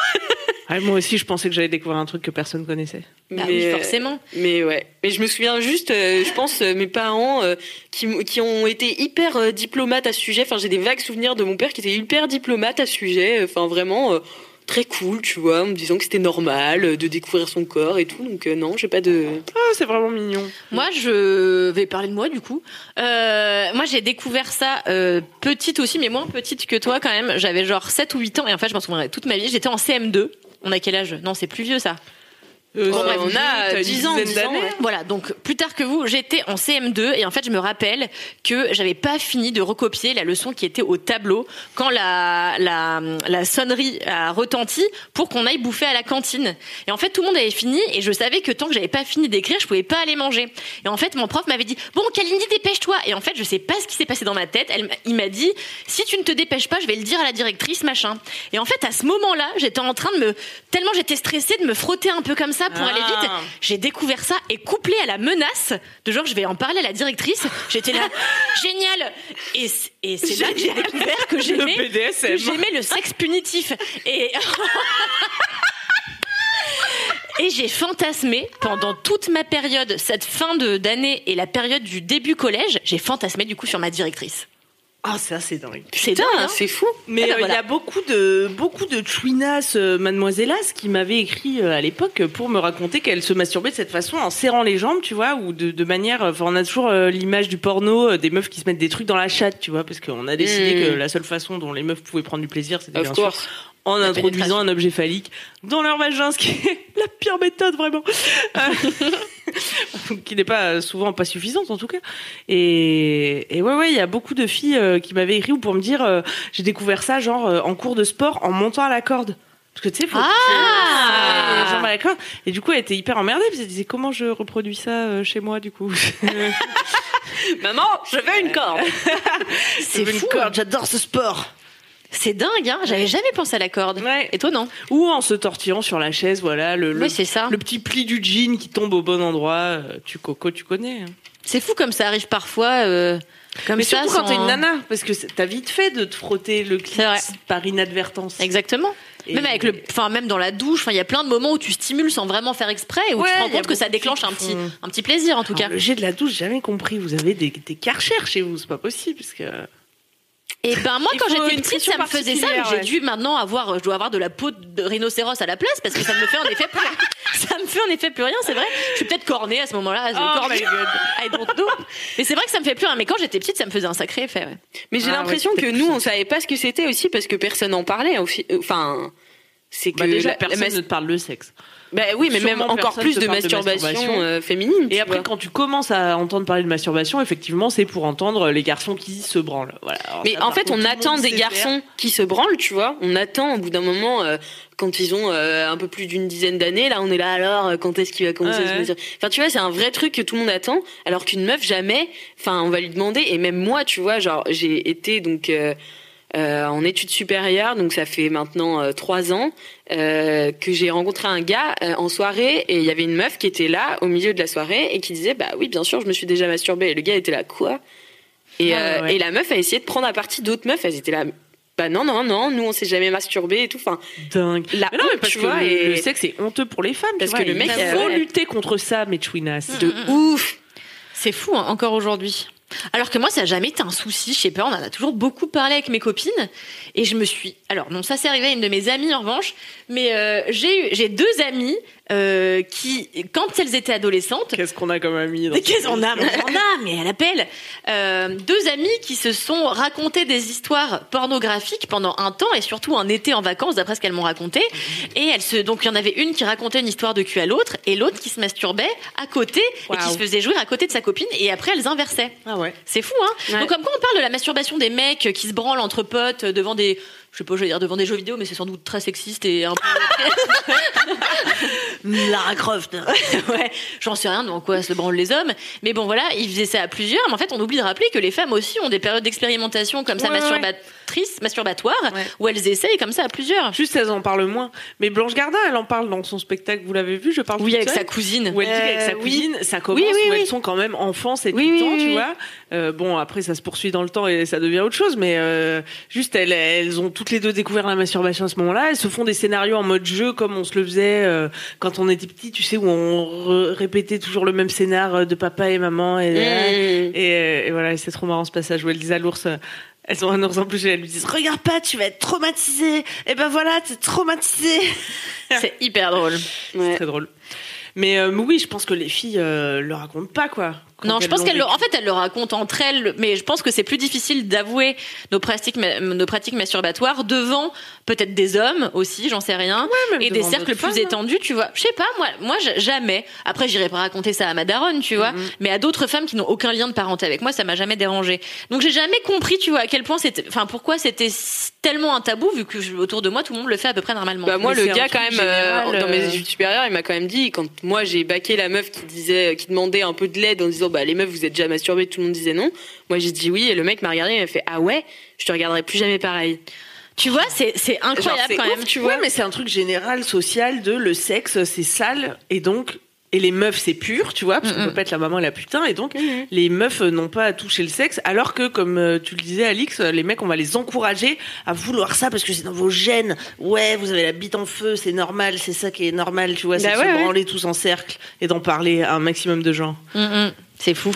Ouais, moi aussi, je pensais que j'allais découvrir un truc que personne connaissait. Bah Mais, oui, euh, forcément. Mais ouais, mais je me souviens juste, euh, je pense, euh, mes parents euh, qui, m- qui ont été hyper euh, diplomates à ce sujet. Enfin, j'ai des vagues souvenirs de mon père qui était hyper diplomate à ce sujet. Enfin, vraiment euh, très cool, tu vois, en me disant que c'était normal euh, de découvrir son corps et tout. Donc, euh, non, j'ai pas de. Ah, c'est vraiment mignon. Moi, je vais parler de moi du coup. Euh, moi, j'ai découvert ça euh, petite aussi, mais moins petite que toi quand même. J'avais genre 7 ou 8 ans et en fait, je m'en souviendrai toute ma vie. J'étais en CM2. On a quel âge Non, c'est plus vieux ça. Euh, Bon, ça, bref, on a t'as euh, une 10 ans, dizaine 10 ans, d'années. ouais. Voilà, donc plus tard que vous, j'étais en CM2 et en fait, je me rappelle que j'avais pas fini de recopier la leçon qui était au tableau quand la, la, la sonnerie a retenti pour qu'on aille bouffer à la cantine. Et en fait, tout le monde avait fini et je savais que tant que j'avais pas fini d'écrire, je pouvais pas aller manger. Et en fait, mon prof m'avait dit "Bon, Kalindi, dépêche-toi." Et en fait, je sais pas ce qui s'est passé dans ma tête, elle, m'a- il m'a dit "Si tu ne te dépêches pas, je vais le dire à la directrice, machin." Et en fait, à ce moment-là, j'étais en train de me tellement j'étais stressée de me frotter un peu comme ça pour aller vite. Ah. J'ai découvert ça et couplé à la menace de genre je vais en parler à la directrice. J'étais [LAUGHS] là, génial. Et, c- et c'est là que j'ai découvert [LAUGHS] que Le j'aimais que BDSM. j'aimais le sexe punitif. Et [LAUGHS] Et j'ai fantasmé pendant toute ma période, cette fin de d'année et la période du début collège, j'ai fantasmé du coup sur ma directrice. Ah, ça, c'est dingue. C'est dingue. hein c'est fou. Mais Ah bah euh, il y voilà. a beaucoup de beaucoup de chouinas, euh, mademoisellas, qui m'avaient écrit euh, à l'époque pour me raconter qu'elles se masturbaient de cette façon en serrant les jambes, tu vois, ou de, de manière. Enfin, on a toujours euh, l'image du porno euh, des meufs qui se mettent des trucs dans la chatte, tu vois, parce qu'on a décidé Mm. Hmm. que la seule façon dont les meufs pouvaient prendre du plaisir, c'était bien Of sûr course. en La introduisant pénétration. un objet phallique dans leur vagin, ce qui est [LAUGHS] la pire méthode vraiment, Euh, [LAUGHS] qui n'est pas euh, souvent pas suffisante en tout cas. Et, et ouais ouais, il y a beaucoup de filles euh, qui m'avaient écrit ou pour me dire euh, j'ai découvert ça genre euh, en cours de sport en montant à la corde. Parce que tu sais, faut Ah les jambes à la corde. Et du coup, elle était hyper emmerdée. Parce qu'elle disait comment je reproduis ça euh, chez moi du coup. [LAUGHS] Maman, je veux une corde. [LAUGHS] C'est Une fou. hein. corde, j'adore ce sport. C'est dingue hein, j'avais jamais pensé à la corde. Ouais. Et toi non Ou en se tortillant sur la chaise, voilà le, le Oui, c'est ça. Le petit pli du jean qui tombe au bon endroit, euh, tu coco, tu connais. hein. C'est fou comme ça arrive parfois. euh, comme Mais ça, surtout quand sans- t'es une nana, parce que c'est- t'as vite fait de te frotter le clit C'est vrai. par inadvertance. Exactement. Et- Même avec le, enfin même dans la douche, enfin il y a plein de moments où tu stimules sans vraiment faire exprès et où Ouais, tu te rends il y a compte que ça beaucoup de filles déclenche un qui petit, font- Ah, un petit plaisir en tout Alors, cas. le jet de la douche, j'ai jamais compris. Vous avez des, des karchers chez vous, c'est pas possible. Parce que... Et ben moi Il quand faut j'étais une petite, pression ça me faisait ça. particulière, mais ouais. J'ai dû maintenant avoir, je dois avoir de la peau de rhinocéros à la place parce que ça ne me fait en effet [LAUGHS] plus, ça me fait en effet plus rien. C'est vrai. Je suis peut-être cornée à ce moment-là. Oh cornée. my God. I don't know. Mais c'est vrai que ça me fait plus rien. Mais quand j'étais petite, ça me faisait un sacré effet. ouais. Mais j'ai Ah ouais, l'impression c'était que plus nous, ça. on savait pas ce que c'était aussi parce que personne n'en parlait. au fi- Enfin, C'est que Bah, déjà, la- la personne mas- ne te parle de sexe. bah oui, mais même sûrement encore personne plus te de parle de masturbation, masturbation. euh, féminine. Et tu après, vois. quand tu commences à entendre parler de masturbation, effectivement, c'est pour entendre les garçons qui se branlent. Voilà. Alors, Mais oh, ça, en par fait, contre, on tout le attend monde des sait garçons qui se branlent, tu vois. On attend au bout d'un moment, euh, quand ils ont euh, un peu plus d'une dizaine d'années, là, on est là, alors, euh, quand est-ce qu'il va commencer à Ouais. se mesure Enfin, tu vois, c'est un vrai truc que tout le monde attend, alors qu'une meuf, jamais, enfin, on va lui demander. Et même moi, tu vois, genre, j'ai été donc euh, euh, en études supérieures, donc ça fait maintenant euh, trois ans, euh, que j'ai rencontré un gars euh, en soirée, et il y avait une meuf qui était là, au milieu de la soirée, et qui disait, bah oui, bien sûr, je me suis déjà masturbée. Et le gars était là, quoi et, Ah, ouais, euh, ouais. et la meuf a essayé de prendre à partie d'autres meufs. Elles étaient là. Bah non, non, non, nous on s'est jamais masturbé et tout. Enfin, Dingue. la Mais non, mais honte, parce tu que vois, le, et- le sexe est honteux pour les femmes. tu Parce vois, que le mec, Mm, il euh, faut ouais. lutter contre ça, mes chouinasses. de ouf. C'est fou hein, encore aujourd'hui. Alors que moi, ça n'a jamais été un souci. Je sais pas, on en a toujours beaucoup parlé avec mes copines. Et je me suis. Alors, non, ça c'est arrivé à une de mes amies en revanche. Mais euh, j'ai eu- j'ai deux amies euh, qui, quand elles étaient adolescentes, Qu'est-ce qu'on a comme ami dans Mais ce qu'est-ce qu'on a mais On en a, mais elle appelle. Euh, deux amis qui se sont racontés des histoires pornographiques pendant un temps et surtout un été en vacances, d'après ce qu'elles m'ont raconté. Et elles se, donc il y en avait une qui racontait une histoire de cul à l'autre et l'autre qui se masturbait à côté et qui Waouh. se faisait jouer à côté de sa copine. Et après, elles inversaient. Ah ouais. C'est fou, hein Donc comme quoi on parle de la masturbation des mecs qui se branlent entre potes devant des, je sais pas, je vais dire devant des jeux vidéo, mais c'est sans doute très sexiste et un peu... [LAUGHS] Lara Croft. [LAUGHS] ouais, j'en sais rien, donc quoi se branlent les hommes. Mais bon, voilà, ils faisaient ça à plusieurs. Mais en fait, on oublie de rappeler que les femmes aussi ont des périodes d'expérimentation comme ça, Ouais, ouais, ouais. masturbatrices, masturbatoires, Ouais. où elles essayent comme ça à plusieurs. Juste, elles en parlent moins. Mais Blanche Gardin, elle en parle dans son spectacle, vous l'avez vu, je parle Oui, toute avec seule. sa cousine. Où elle dit qu'avec sa Euh, oui. cousine, ça commence Oui, oui, où oui. elles sont quand même enfants, 7 Oui, oui, ans, oui, tu oui. vois. Euh, bon, après, ça se poursuit dans le temps et ça devient autre chose, mais euh, juste, elles, elles ont toutes les deux découvert la masturbation à ce moment-là. Elles se font des scénarios en mode jeu, comme on se le faisait euh, quand on était petit, tu sais, où on re- répétait toujours le même scénar euh, de papa et maman. Et, Mmh. et, euh, et voilà, et c'est trop marrant ce passage où elle disent à l'ours. euh, elles ont un ours en plus et elles lui disent Regarde pas, tu vas être traumatisé. Et ben voilà, t'es traumatisé. C'est hyper drôle. C'est Ouais. très drôle. Mais euh, mais oui, je pense que les filles euh, le racontent pas, quoi. Quand Non, je elles pense l'ont qu'elle, le- vécu. en fait, elle le raconte entre elles, mais je pense que c'est plus difficile d'avouer nos pratiques, ma- nos pratiques masturbatoires devant peut-être des hommes aussi, j'en sais rien, même et des devant cercles d'autres plus femmes. hein. étendus, tu vois. Je sais pas, moi, moi, j- jamais. Après, j'irai pas raconter ça à ma daronne, tu vois, mais à d'autres femmes qui n'ont aucun lien de parenté avec moi, ça m'a jamais dérangé. Donc, j'ai jamais compris, tu vois, à quel point c'était, enfin, pourquoi c'était s- tellement un tabou vu que je- autour de moi, tout le monde le fait à peu près normalement. Bah moi Mais le c'est un gars quand truc même euh, général, dans mes euh, études supérieures il m'a quand même dit quand moi j'ai baqué la meuf qui disait qui demandait un peu de l'aide en disant bah les meufs vous êtes déjà masturbées tout le monde disait non moi j'ai dit oui et le mec m'a regardé et il m'a fait ah ouais je te regarderai plus jamais pareil tu vois, c'est, c'est incroyable c'est quand ouf, même. tu Ouais, vois mais c'est un truc général, social, de le sexe, c'est sale, et donc. Et les meufs, c'est pur, tu vois, parce qu'on peut pas être la maman et la putain, et donc les meufs euh, n'ont pas à toucher le sexe, alors que, comme euh, tu le disais, Alix, euh, les mecs, on va les encourager à vouloir ça parce que c'est dans vos gènes. Ouais, vous avez la bite en feu, c'est normal, c'est ça qui est normal, tu vois, c'est Bah de ouais, se ouais. branler tous en cercle et d'en parler à un maximum de gens. Mm, mm. C'est fou.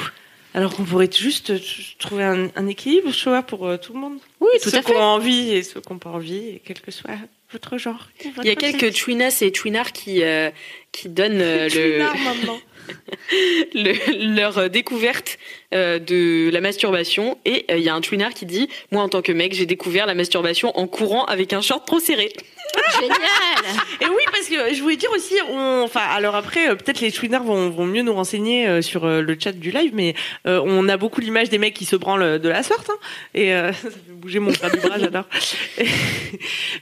Alors qu'on pourrait juste euh, trouver un, un équilibre, tu vois, pour euh, tout le monde. Oui, ceux qui ont envie et ceux qui n'ont pas envie, et quel que soit votre genre. il y a quelques chouinas et chouinards qui euh, qui donnent [LAUGHS] euh, le le- leur euh, découverte euh, de la masturbation et euh, il y a un twinard qui dit moi en tant que mec j'ai découvert la masturbation en courant avec un short trop serré Génial. Et oui, parce que euh, je voulais dire aussi, on, enfin, alors après, euh, peut-être les Twinards vont, vont mieux nous renseigner euh, sur euh, le chat du live, mais euh, on a beaucoup l'image des mecs qui se branlent de la sorte, hein. et euh, [LAUGHS] ça fait bouger mon bras du bras, j'adore. [LAUGHS] Et-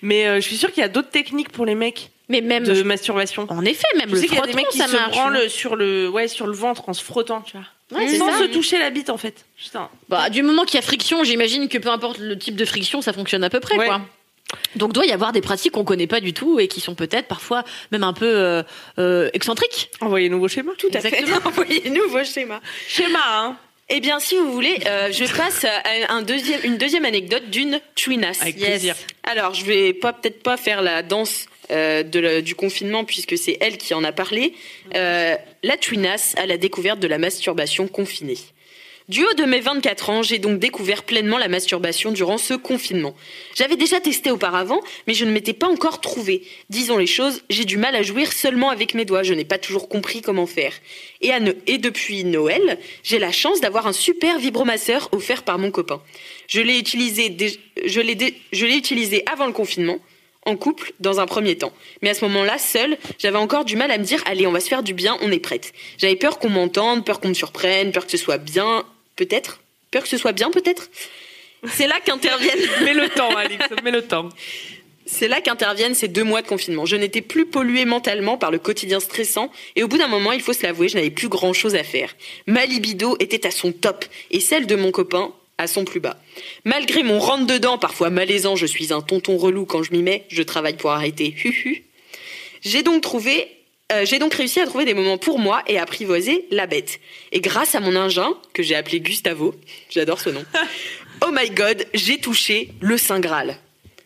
mais euh, je suis sûre qu'il y a d'autres techniques pour les mecs [LAUGHS] Mais même, de masturbation. En effet, même Je le sais qu'il y a frottement, des mecs qui ça se marche. branlent sur le, ouais, sur le ventre en se frottant, tu vois. Ouais, c'est Sans ça. se toucher la bite, en fait. Putain. Bah, du moment qu'il y a friction, j'imagine que peu importe le type de friction, ça fonctionne à peu près, Ouais. quoi. Donc doit y avoir des pratiques qu'on connaît pas du tout et qui sont peut-être parfois même un peu euh, euh, excentriques. Envoyez-nous vos schémas. tout à fait. [LAUGHS] envoyez-nous vos schémas Schéma, hein. eh bien si vous voulez euh, je passe à un deuxième, une deuxième anecdote d'une twinas Avec plaisir. alors je vais pas peut-être pas faire la danse euh, de la- du confinement puisque c'est elle qui en a parlé Euh, la twinas à la découverte de la masturbation confinée Du haut de mes 24 ans, j'ai donc découvert pleinement la masturbation durant ce confinement. J'avais déjà testé auparavant, mais je ne m'étais pas encore trouvée. Disons les choses, j'ai du mal à jouir seulement avec mes doigts, je n'ai pas toujours compris comment faire. Et, à ne- et depuis Noël, j'ai la chance d'avoir un super vibromasseur offert par mon copain. Je l'ai utilisé, dé- je l'ai dé- je l'ai utilisé avant le confinement, en couple dans un premier temps. Mais à ce moment-là, seule, j'avais encore du mal à me dire allez, on va se faire du bien, on est prête. J'avais peur qu'on m'entende, peur qu'on me surprenne, peur que ce soit bien, peut-être. Peur que ce soit bien, peut-être. C'est là qu'interviennent. Mets le temps, Alix, mets le temps. C'est là qu'interviennent ces deux mois de confinement. Je n'étais plus polluée mentalement par le quotidien stressant et au bout d'un moment, il faut se l'avouer, je n'avais plus grand-chose à faire. Ma libido était à son top et celle de mon copain à son plus bas. Malgré mon rentre-dedans, parfois malaisant, je suis un tonton relou quand je m'y mets, je travaille pour arrêter. Hu hu. J'ai donc trouvé, euh, j'ai donc réussi à trouver des moments pour moi et à apprivoiser la bête. Et grâce à mon ingin, que j'ai appelé Gustavo, j'adore ce nom, oh my god, j'ai touché le Saint Graal.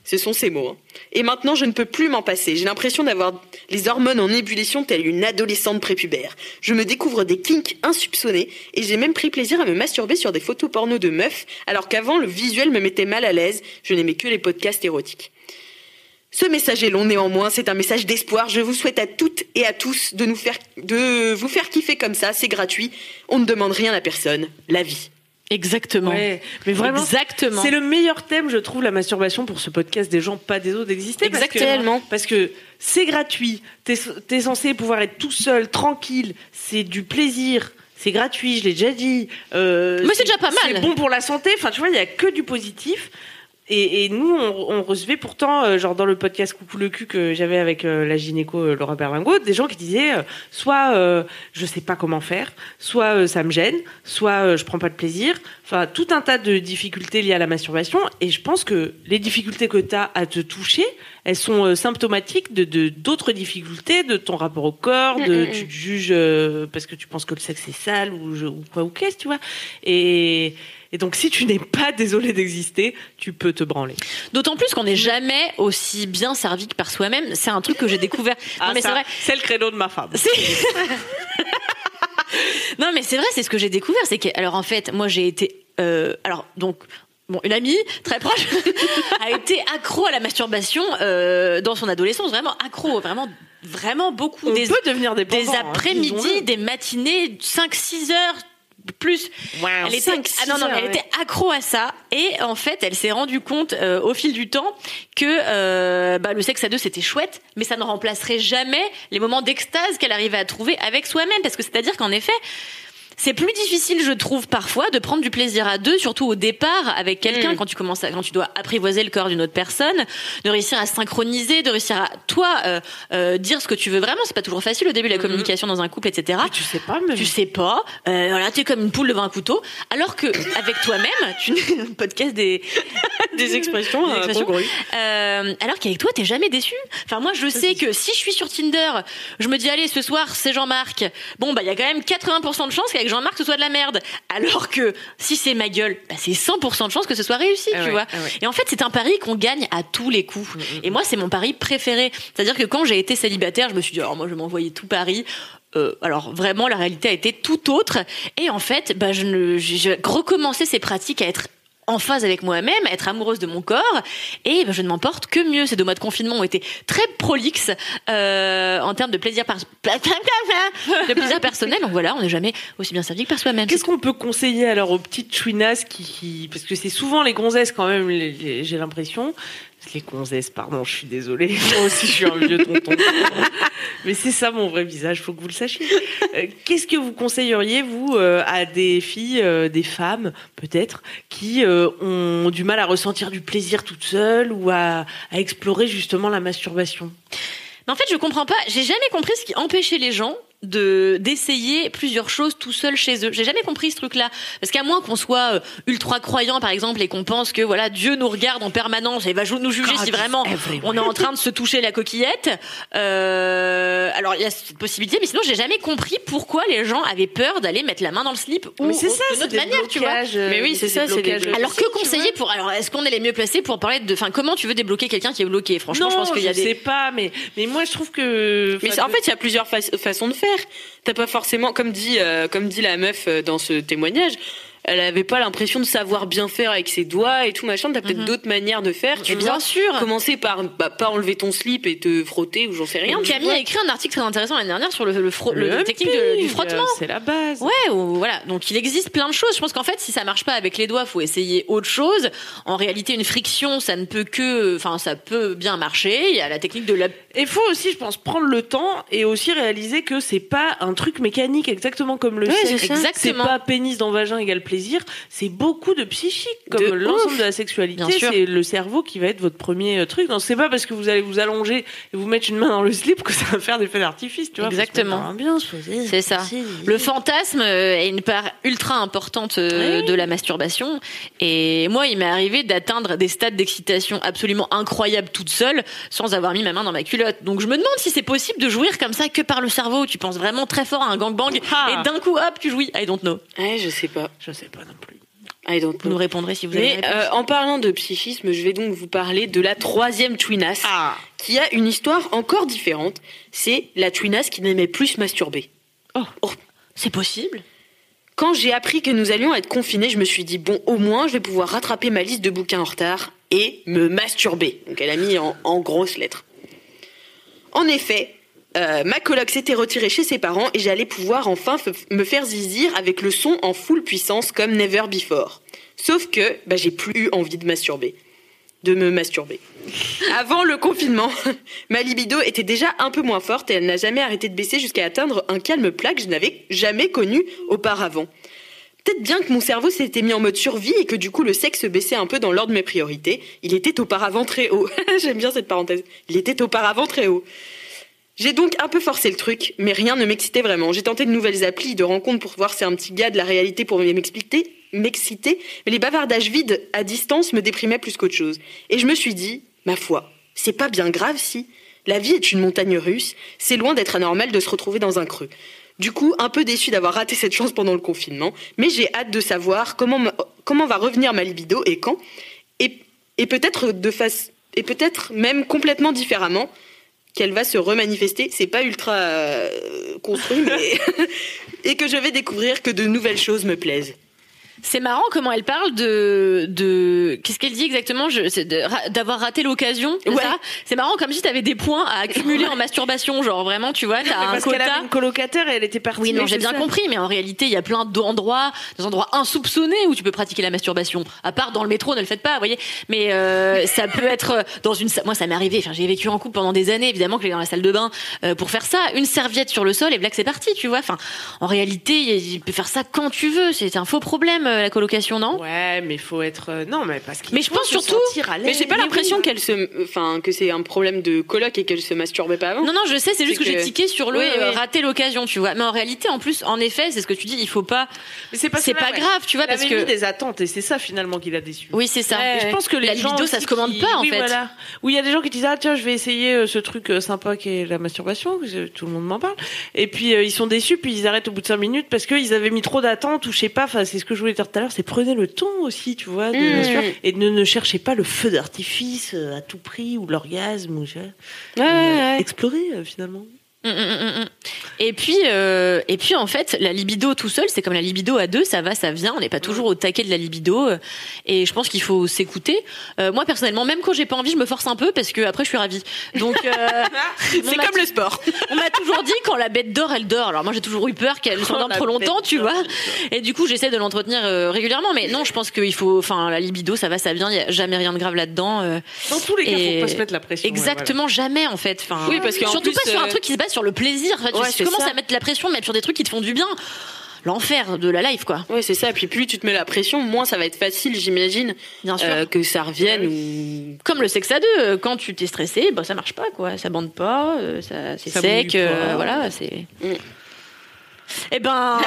Ce sont ces mots. hein. Et maintenant, je ne peux plus m'en passer. J'ai l'impression d'avoir les hormones en ébullition telle une adolescente prépubère. Je me découvre des kinks insoupçonnés et j'ai même pris plaisir à me masturber sur des photos porno de meufs, alors qu'avant, le visuel me mettait mal à l'aise. Je n'aimais que les podcasts érotiques. Ce message est long néanmoins, c'est un message d'espoir. Je vous souhaite à toutes et à tous de, nous faire, de vous faire kiffer comme ça, c'est gratuit. On ne demande rien à personne, la vie. Exactement. Ouais, mais vraiment, Exactement. c'est le meilleur thème, je trouve, la masturbation pour ce podcast des gens pas des autres d'exister. parce que- Exactement. Parce que c'est gratuit, t'es es censé pouvoir être tout seul, tranquille, c'est du plaisir. C'est gratuit, je l'ai déjà dit. euh, Mais c'est déjà pas mal. C'est bon pour la santé. Enfin, tu vois, il y a que du positif. Et, et nous, on, on recevait pourtant, euh, genre dans le podcast Coucou le cul que j'avais avec euh, la gynéco euh, Laura Berlingot, des gens qui disaient euh, soit euh, je sais pas comment faire, soit euh, ça me gêne, soit euh, je prends pas de plaisir. Enfin, tout un tas de difficultés liées à la masturbation. Et je pense que les difficultés que tu as à te toucher, elles sont euh, symptomatiques de de- d'autres difficultés, de ton rapport au corps, de, tu te juges euh, parce que tu penses que le sexe est sale ou, je- ou quoi ou qu'est-ce, tu vois. Et, et donc, si tu n'es pas [LAUGHS] désolé d'exister, tu peux te branler. D'autant plus qu'on n'est jamais aussi bien servi que par soi-même. C'est un truc que j'ai découvert. Ah, Non, mais c'est vrai. le credo de ma femme. C'est- [LAUGHS] non, mais c'est vrai, c'est ce que j'ai découvert. C'est que, alors en fait, moi j'ai été. euh, alors donc. Bon, une amie très proche [LAUGHS] a été accro à la masturbation euh, dans son adolescence, vraiment accro, vraiment, vraiment beaucoup. On des, peut devenir dépendant. des hein, après-midi, disons-le. des matinées, 5-6 heures plus. Elle était, cinq, six ah non, non, mais heures, elle ouais. était accro à ça. Et en fait, elle s'est rendue compte euh, au fil du temps que euh, bah, le sexe à deux, c'était chouette, mais ça ne remplacerait jamais les moments d'extase qu'elle arrivait à trouver avec soi-même. Parce que c'est-à-dire qu'en effet, c'est plus difficile, je trouve, parfois, de prendre du plaisir à deux, surtout au départ, avec Hmm. quelqu'un, quand tu commences, à- quand tu dois apprivoiser le corps d'une autre personne, de réussir à synchroniser, de réussir à toi euh, euh, dire ce que tu veux vraiment. C'est pas toujours facile au début Hmm. la communication dans un couple, etc. Tu sais pas, mais Tu sais pas, euh, voilà, t'es comme une poule devant un couteau, alors que avec toi-même, tu [LAUGHS] podcast des [LAUGHS] Des expressions, Des expressions. euh, alors qu'avec toi, t'es jamais déçu. Enfin, moi, je sais que si je suis sur Tinder, je me dis, allez, ce soir, c'est Jean-Marc. Bon, bah, il y a quand même 80% de chances qu'avec Jean-Marc, ce soit de la merde. Alors que si c'est ma gueule, bah, c'est 100% de chances que ce soit réussi, Eh Ah tu ouais, vois. ah ouais. Mm, Et en fait, c'est un pari qu'on gagne à tous les coups. Et moi, c'est mon pari préféré. C'est-à-dire que quand j'ai été célibataire, je me suis dit, alors moi, je vais m'envoyer tout Paris. Euh, alors vraiment, la réalité a été tout autre. Et en fait, bah, je, ne, je, je recommençais ces pratiques à être en phase avec moi-même, à être amoureuse de mon corps, et bah, je ne m'emporte que mieux. Ces deux mois de confinement ont été très prolixes euh, en termes de plaisir, par... [LAUGHS] de plaisir personnel. Donc voilà, on n'est jamais aussi bien servi que par soi-même. Qu'est-ce qu'on peut conseiller alors aux petites chouinasses qui, qui- parce que c'est souvent les gonzesses quand même, les- les- j'ai l'impression. Les gonzesses, pardon, je suis désolée. [LAUGHS] Moi aussi, je suis un vieux tonton. [LAUGHS] Mais c'est ça mon vrai visage, faut que vous le sachiez. Euh, Qu'est-ce que vous conseilleriez, vous, euh, à des filles, euh, des femmes, peut-être, qui euh, ont du mal à ressentir du plaisir toutes seules ou à, à explorer justement la masturbation Mais en fait, je comprends pas. J'ai jamais compris ce qui empêchait les gens de d'essayer plusieurs choses tout seul chez eux. J'ai jamais compris ce truc-là parce qu'à moins qu'on soit euh, ultra croyant par exemple et qu'on pense que voilà Dieu nous regarde en permanence et va jou- nous juger si vraiment on est en train de se toucher la coquillette. euh, alors il y a cette possibilité, mais sinon j'ai jamais compris pourquoi les gens avaient peur d'aller mettre la main dans le slip ou Mais c'est ou ça, de c'est notre des manière, tu vois. blocages, euh, Mais oui, c'est ça, c'est des blocages blocages. Alors que conseiller pour alors est-ce qu'on est les mieux placés pour parler de enfin comment tu veux débloquer quelqu'un qui est bloqué franchement non, je pense qu'il y a je des sais pas, mais mais moi je trouve que. Mais c'est- en fait, il y a plusieurs fa- façons de faire. T'as pas forcément, comme dit, euh, comme dit la meuf euh, dans ce témoignage, elle avait pas l'impression de savoir bien faire avec ses doigts et tout machin. T'as peut-être d'autres manières de faire. Tu Et Mhm. Eh bien vois. sûr. Commencer par bah, pas enlever ton slip et te frotter ou j'en sais rien. tu Camille vois. a écrit un article très intéressant l'année dernière sur le, le fro- le- la technique de- humping, euh, du frottement. C'est la base. Ouais, ou- voilà. Donc il existe plein de choses. Je pense qu'en fait, si ça marche pas avec les doigts, faut essayer autre chose. En réalité, une friction, ça ne peut que, enfin, ça peut bien marcher. Il y a la technique de la. Et faut aussi, je pense, prendre le temps et aussi réaliser que c'est pas un truc mécanique exactement comme le Ouais, sexe. c'est ça. C'est Exactement. pas pénis dans vagin égale plaisir. C'est beaucoup de psychique, comme De l'ensemble ouf. de la sexualité. Bien sûr. C'est le cerveau qui va être votre premier euh, truc. Donc c'est pas parce que vous allez vous allonger et vous mettre une main dans le slip que ça va faire des faits d'artifice, tu vois. Faut se mettre Exactement. dans l'ambiance, faut se dire, C'est ça. si, Le fantasme euh, est une part ultra importante euh, Oui. de la masturbation. Et moi, il m'est arrivé d'atteindre des stades d'excitation absolument incroyables toute seule, sans avoir mis ma main dans ma culotte. Donc je me demande si c'est possible de jouir comme ça que par le cerveau. Tu penses vraiment très fort à un gangbang Ah. et d'un coup, hop, tu jouis. I don't know. Ouais, je sais pas. Je sais pas non plus. I don't Vous know. nous répondrez si vous avez. Mais une réponse. euh, en parlant de psychisme, je vais donc vous parler de la troisième twinasse, Ah. qui a une histoire encore différente. C'est la twinasse qui n'aimait plus se masturber. C'est possible. Quand j'ai appris que nous allions être confinés, je me suis dit, bon, au moins, je vais pouvoir rattraper ma liste de bouquins en retard et me masturber. Donc elle a mis en, en grosses lettres. En effet, euh, ma coloc s'était retirée chez ses parents et j'allais pouvoir enfin f- me faire zizir avec le son en full puissance comme never before. Sauf que bah, j'ai plus eu envie de masturber. De me masturber. Avant le confinement, [LAUGHS] ma libido était déjà un peu moins forte et elle n'a jamais arrêté de baisser jusqu'à atteindre un calme plat que je n'avais jamais connu auparavant. Peut-être bien que mon cerveau s'était mis en mode survie et que du coup le sexe baissait un peu dans l'ordre de mes priorités. Il était auparavant très haut. [LAUGHS] J'aime bien cette parenthèse. Il était auparavant très haut. J'ai donc un peu forcé le truc, mais rien ne m'excitait vraiment. J'ai tenté de nouvelles applis de rencontres pour voir si un petit gars de la réalité pour m'expliquer, m'exciter, mais les bavardages vides à distance me déprimaient plus qu'autre chose. Et je me suis dit, ma foi, c'est pas bien grave si. La vie est une montagne russe, c'est loin d'être anormal de se retrouver dans un creux. Du coup, un peu déçu d'avoir raté cette chance pendant le confinement, mais j'ai hâte de savoir comment, ma- comment va revenir ma libido et quand, et, et peut-être de face, et peut-être même complètement différemment qu'elle va se remanifester. C'est pas ultra euh, construit, [LAUGHS] mais et que je vais découvrir que de nouvelles choses me plaisent. C'est marrant comment elle parle de de qu'est-ce qu'elle dit exactement je- c'est de ra- d'avoir raté l'occasion. c'est Ouais. ça C'est marrant comme si t'avais des points à accumuler en masturbation, genre vraiment tu vois t'as un Parce qu'elle quota. avait une colocataire et elle était partie. Oui, non, mais j'ai c'est bien ça. compris, mais en réalité, il y a plein d'endroits, des endroits insoupçonnés où tu peux pratiquer la masturbation. À part dans le métro, ne le faites pas, vous voyez. Mais euh, [LAUGHS] ça peut être dans une. sa- Moi, ça m'est arrivé. Enfin, j'ai vécu en couple pendant des années, évidemment, que j'étais dans la salle de bain euh, pour faire ça. Une serviette sur le sol et voilà que c'est parti, tu vois. Enfin, en réalité, il y a- il peut faire ça quand tu veux. C'est un faux problème euh, la colocation, non Ouais, mais faut être. euh, Non, mais parce qu'il Mais je faut pense se surtout- sentir à Mais j'ai pas l'aise. l'impression qu'elle se, enfin, que c'est un problème de coloc et qu'elle se masturbait pas avant. Non, non, je sais, c'est juste que, C'est j'ai que- tiqué sur le Oui, euh, oui. rater l'occasion, tu vois. Mais en réalité, en plus, en effet, c'est ce que tu dis, il faut pas. Mais C'est C'est pas grave, tu vois, Elle parce avait que. mis des attentes et c'est ça finalement qui l'a déçu. Oui, c'est ça. Et je pense que les la gens libido, ça aussi se commande qui- pas, en oui, fait. Voilà. Oui, il y a des gens qui disent ah tiens, je vais essayer euh, ce truc euh, sympa qui est la masturbation, que je- tout le monde m'en parle. Et puis euh, ils sont déçus, puis ils arrêtent au bout de cinq minutes parce qu'ils avaient mis trop d'attentes ou je sais pas. Enfin, c'est ce que je voulais dire tout à l'heure, c'est prenez le temps aussi, tu vois, de- Mm. Mmh. bien sûr, et ne, ne cherchez pas le feu d'artifice euh, à tout prix ou l'orgasme ou je... Ouais, ouais, ouais. explorer euh, finalement. Mm, mm, mm, mm. Et puis, euh, et puis en fait, la libido tout seul, c'est comme la libido à deux, ça va, ça vient. On n'est pas toujours au taquet de la libido, euh, et je pense qu'il faut s'écouter. Euh, moi personnellement, même quand j'ai pas envie, je me force un peu parce que après, je suis ravie. Donc, euh, on C'est m'a- comme le sport. on m'a toujours dit quand la bête dort, elle dort. Alors moi, j'ai toujours eu peur qu'elle s'endorme la trop longtemps, bête tu dort, vois. Et du coup, j'essaie de l'entretenir euh, régulièrement. Mais non, je pense qu'il faut, enfin, la libido, ça va, ça vient. Il y a jamais rien de grave là-dedans. euh, Dans tous les cas, Et- faut pas se mettre la pression. ouais, Exactement, jamais en fait. Enfin, Oui, parce qu'en surtout plus, pas sur un euh, truc qui se base sur le plaisir. Enfin, tu- ouais, si tu c'est commences ça. à mettre la pression, même sur des trucs qui te font du bien. L'enfer de la life, quoi. Ouais, c'est ça. Puis plus tu te mets la pression, moins ça va être facile, j'imagine, Bien sûr. euh, que ça revienne ou. Comme le sexe à deux, euh, quand tu t'es stressé, bah, ça marche pas, quoi. Ça bande pas, euh, ça, c'est Ça sec, mouille euh, pas. voilà, c'est. Mm. Eh [LAUGHS] ben.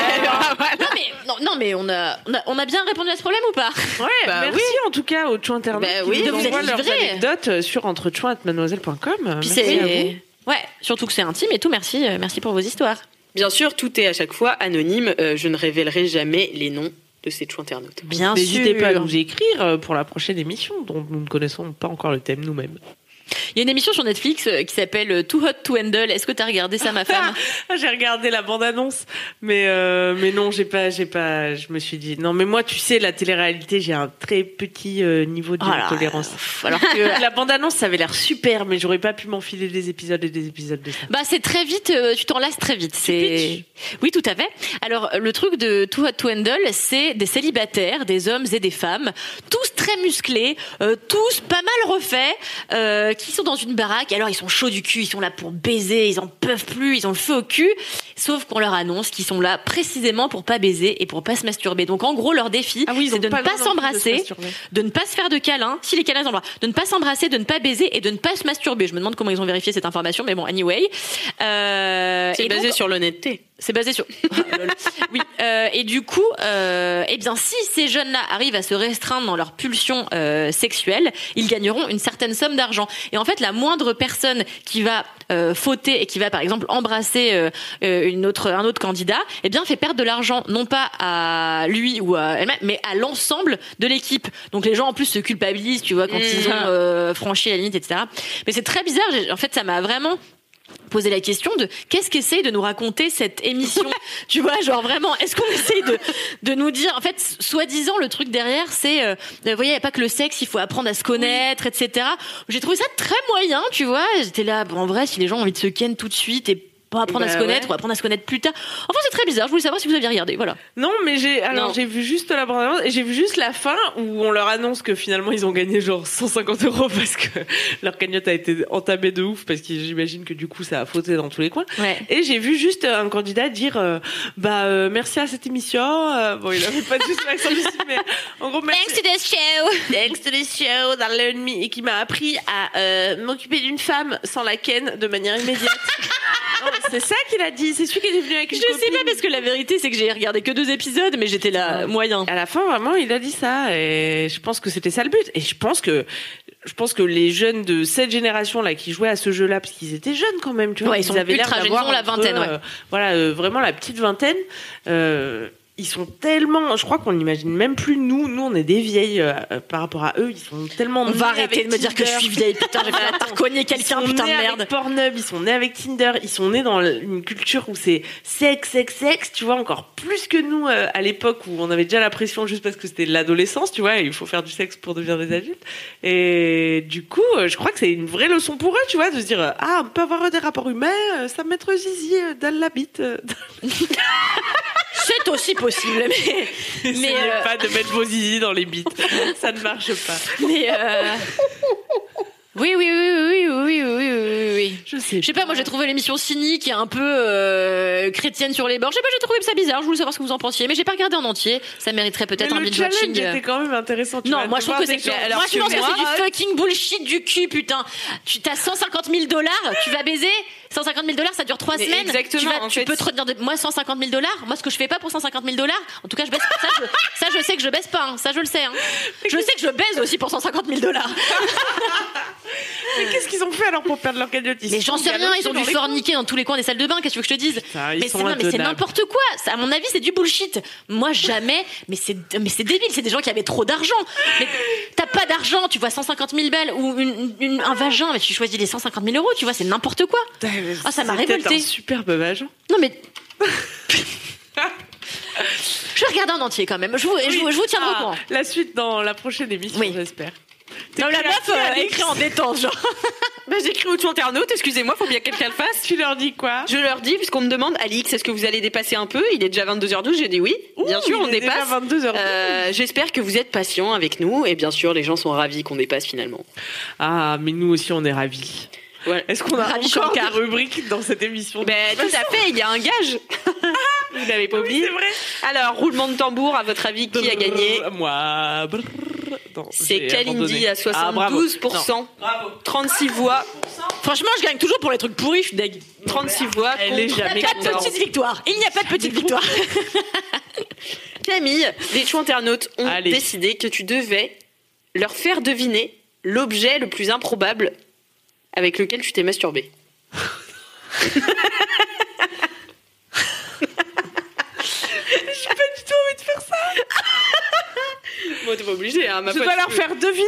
non, mais, non, non, mais on a, on a, on a bien répondu à ce problème ou pas Ouais, Bah merci en tout cas aux chouins internet Bah qui oui, nous de vous envoient être leurs livrés. anecdotes euh, sur entrechouin@mademoiselle.com. Puis Merci c'est- à vous. Ouais, surtout que c'est intime et tout, merci, euh, merci pour vos histoires. Bien sûr, tout est à chaque fois anonyme. Euh, je ne révélerai jamais les noms de ces chou internautes. Bien sûr. N'hésitez pas à nous écrire euh, pour la prochaine émission dont nous ne connaissons pas encore le thème nous-mêmes. Il y a une émission sur Netflix euh, qui s'appelle Too Hot to Handle. Est-ce que t'as regardé [LAUGHS] ça, ma femme Ah, j'ai regardé la bande-annonce, mais euh, mais non, j'ai pas, j'ai pas. Je me suis dit non, mais moi, tu sais, la télé-réalité, j'ai un très petit euh, niveau de Oh là, tolérance. alors que- la bande-annonce, ça avait l'air super, mais j'aurais pas pu m'enfiler des épisodes et des épisodes de ça. Bah c'est très vite, euh, tu t'en lasses très vite. C'est oui, tout à fait. Alors euh, le truc de Too Hot to Handle, c'est des célibataires, des hommes et des femmes, tous très musclés, euh, tous pas mal refaits, euh, qui sont dans une baraque. Alors ils sont chauds du cul, ils sont là pour baiser, ils en peuvent plus, ils ont le feu au cul. Sauf qu'on leur annonce qu'ils sont là précisément pour pas baiser et pour pas se masturber. Donc en gros leur défi, Ah c'est de ne pas s'embrasser de ne pas se faire de câlins, si les câlins ils ont le droit, de ne pas s'embrasser, de ne pas baiser et de ne pas se masturber. Je me demande comment ils ont vérifié cette information, mais bon, anyway. Euh, C'est et basé donc, sur l'honnêteté. c'est basé sur. [LAUGHS] Oh, oui. euh, et du coup, euh, eh bien, si ces jeunes-là arrivent à se restreindre dans leur pulsion euh, sexuelle, ils gagneront une certaine somme d'argent. Et en fait, la moindre personne qui va euh, fauter et qui va, par exemple, embrasser euh, euh, une autre, un autre candidat, eh bien, fait perdre de l'argent, non pas à lui ou à elle-même, mais à l'ensemble de l'équipe. Donc les gens en plus se culpabilisent, tu vois, quand ils ont euh, franchi la limite, etc. Mais c'est très bizarre. j'ai- En fait, ça m'a vraiment poser la question de qu'est-ce qu'essaye de nous raconter cette [LAUGHS] émission tu vois genre vraiment est-ce qu'on essaye de de nous dire en fait soi-disant le truc derrière c'est euh, vous voyez il y a pas que le sexe il faut apprendre à se connaître etc j'ai trouvé ça très moyen tu vois j'étais là bon, en vrai si les gens ont envie de se ken tout de suite et pas apprendre à Bah se connaître ouais. ou apprendre à se connaître plus tard enfin c'est très bizarre je voulais savoir si vous aviez regardé voilà Non, mais j'ai alors Non. j'ai vu juste la bande-annonce et j'ai vu juste la fin où on leur annonce que finalement ils ont gagné genre 150 euros [LAUGHS] parce que leur cagnotte a été entamée de ouf parce que j'imagine que du coup ça a fauté dans tous les coins. ouais Et j'ai vu juste un candidat dire euh, bah euh, merci à cette émission. euh, bon, il avait pas juste l'accent du Sud, mais en gros merci. to the show Thanks to the show dans l'ennemi et qui m'a appris à euh, m'occuper d'une femme sans la ken de manière [LAUGHS] immédiate. Non, c'est ça qu'il a dit. C'est celui qui est venu avec je une sais copine. pas parce que la vérité c'est que j'ai regardé que deux épisodes mais j'étais là euh, moyen À la fin, vraiment, il a dit ça, et je pense que c'était ça le but. Et je pense que, je pense que les jeunes de cette génération-là qui jouaient à ce jeu-là, parce qu'ils étaient jeunes quand même, tu vois, Ouais, ils sont avaient l'air ultra jeunes, d'avoir ils ont la entre, vingtaine, ouais. euh, voilà, euh, vraiment la petite vingtaine. euh, ils sont tellement, je crois qu'on n'imagine même plus nous. Nous, on est des vieilles euh, euh, par rapport à eux. Ils sont tellement. on va nés arrêter avec de me dire que je Tinder. suis [LAUGHS] vieille putain je [LAUGHS] vais faire cogner quelqu'un Ils sont putain de nés merde Avec Pornhub, ils sont nés avec Tinder, ils sont nés dans une culture où c'est sexe, sexe, sexe, tu vois, encore plus que nous euh, à l'époque où on avait déjà la pression juste parce que c'était l'adolescence, tu vois, et il faut faire du sexe pour devenir des adultes. Et du coup, euh, je crois que c'est une vraie leçon pour eux, tu vois, de se dire euh, ah, on peut avoir euh, des rapports humains, euh, ça mettre zizi euh, dans la bite. [LAUGHS] euh, C'est aussi possible, [LAUGHS] mais mais, Essayez euh, pas de mettre vos zizi dans les bites, ça ne marche pas. mais euh, oui, oui, oui, oui, oui, oui, oui, oui, oui. Je sais. Je sais pas, moi j'ai trouvé l'émission cynique et un peu euh, chrétienne sur les bords. Je sais pas, j'ai trouvé ça bizarre. Je voulais savoir ce que vous en pensiez, mais j'ai pas regardé en entier. Ça mériterait peut-être Mais un le binge challenge watching. euh. était quand même intéressant. tu vois, Non, moi de je trouve voir que c'est des gens- clair. Moi je pense que c'est du fucking bullshit du cul, putain. Tu t'as 150 000 dollars, tu vas baiser. 150 000 dollars, ça dure 3 Mais semaines. exactement, tu, vas- en tu fait. peux te retenir de... Moi 150 000 dollars, moi ce que je fais pas pour 150 000 dollars, en tout cas je baisse pas. Ça je, ça, je sais que je baisse pas, hein. ça je le sais. hein. Je sais que je baise aussi pour 150 000 dollars. Mais qu'est-ce qu'ils ont fait alors pour perdre leur cagnotte Ils Mais se j'en sont sais rien, ils ont galopés dû dans les forniquer dans tous les coins des salles de bain, qu'est-ce que tu veux que je te dise Putain, ils Mais sont c'est non, mais c'est intenables. n'importe quoi. Ça, à mon avis, c'est du bullshit. Moi, jamais. Mais c'est, mais c'est débile. C'est des gens qui avaient trop d'argent. Mais t'as pas d'argent. Tu vois 150 000 balles ou une, une- un vagin, mais tu choisis les 150 000 euros. Tu vois, c'est n'importe quoi. couilles. Ah, ça m'a C'est peut-être révolté. un superbe agent. Non, [LAUGHS] mais. je vais regarder en entier quand même. Je vous, je, vous- je vous tiendrai au courant. Ah, La suite dans la prochaine émission, Oui. j'espère. Non, la créatif, meuf, euh, elle Alex. écrit en détente, genre. bah, j'écris aux internautes, excusez-moi, faut bien que quelqu'un le fasse. Tu leur dis quoi Je leur dis, puisqu'on me demande, Alix, est-ce que vous allez dépasser un peu Il est déjà 22h12, j'ai dit oui. Bien Ouh, sûr, il on est déjà dépasse. 22h12. Euh, J'espère que vous êtes patient avec nous, et bien sûr, les gens sont ravis qu'on dépasse finalement. Ah, mais nous aussi, on est ravis. Voilà. Est-ce qu'on a Ravis encore des Shankar. rubriques dans cette émission Ben, tout à fait, il y a [LAUGHS] un gage. vous n'avez pas Oui, oublié. c'est vrai. Alors, roulement de tambour, à votre avis, qui a gagné Moi. Brrr. Non, C'est j'ai Kalindi abandonné. à Ah, bravo. 72%, Bravo. Bah, 36 voix, Franchement, je gagne toujours pour les trucs pourris. Je suis deg. 36 voix Elle est contre jamais Pas de 14. petite victoire. Il n'y a pas de petite victoire. Camille, les choux internautes ont Allez. décidé que tu devais leur faire deviner l'objet le plus improbable avec lequel tu t'es masturbé. J'ai pas du tout envie de faire ça. Moi, t'es pas obligé, hein, ma Je pote, dois tu [LAUGHS] leur peux. faire deviner.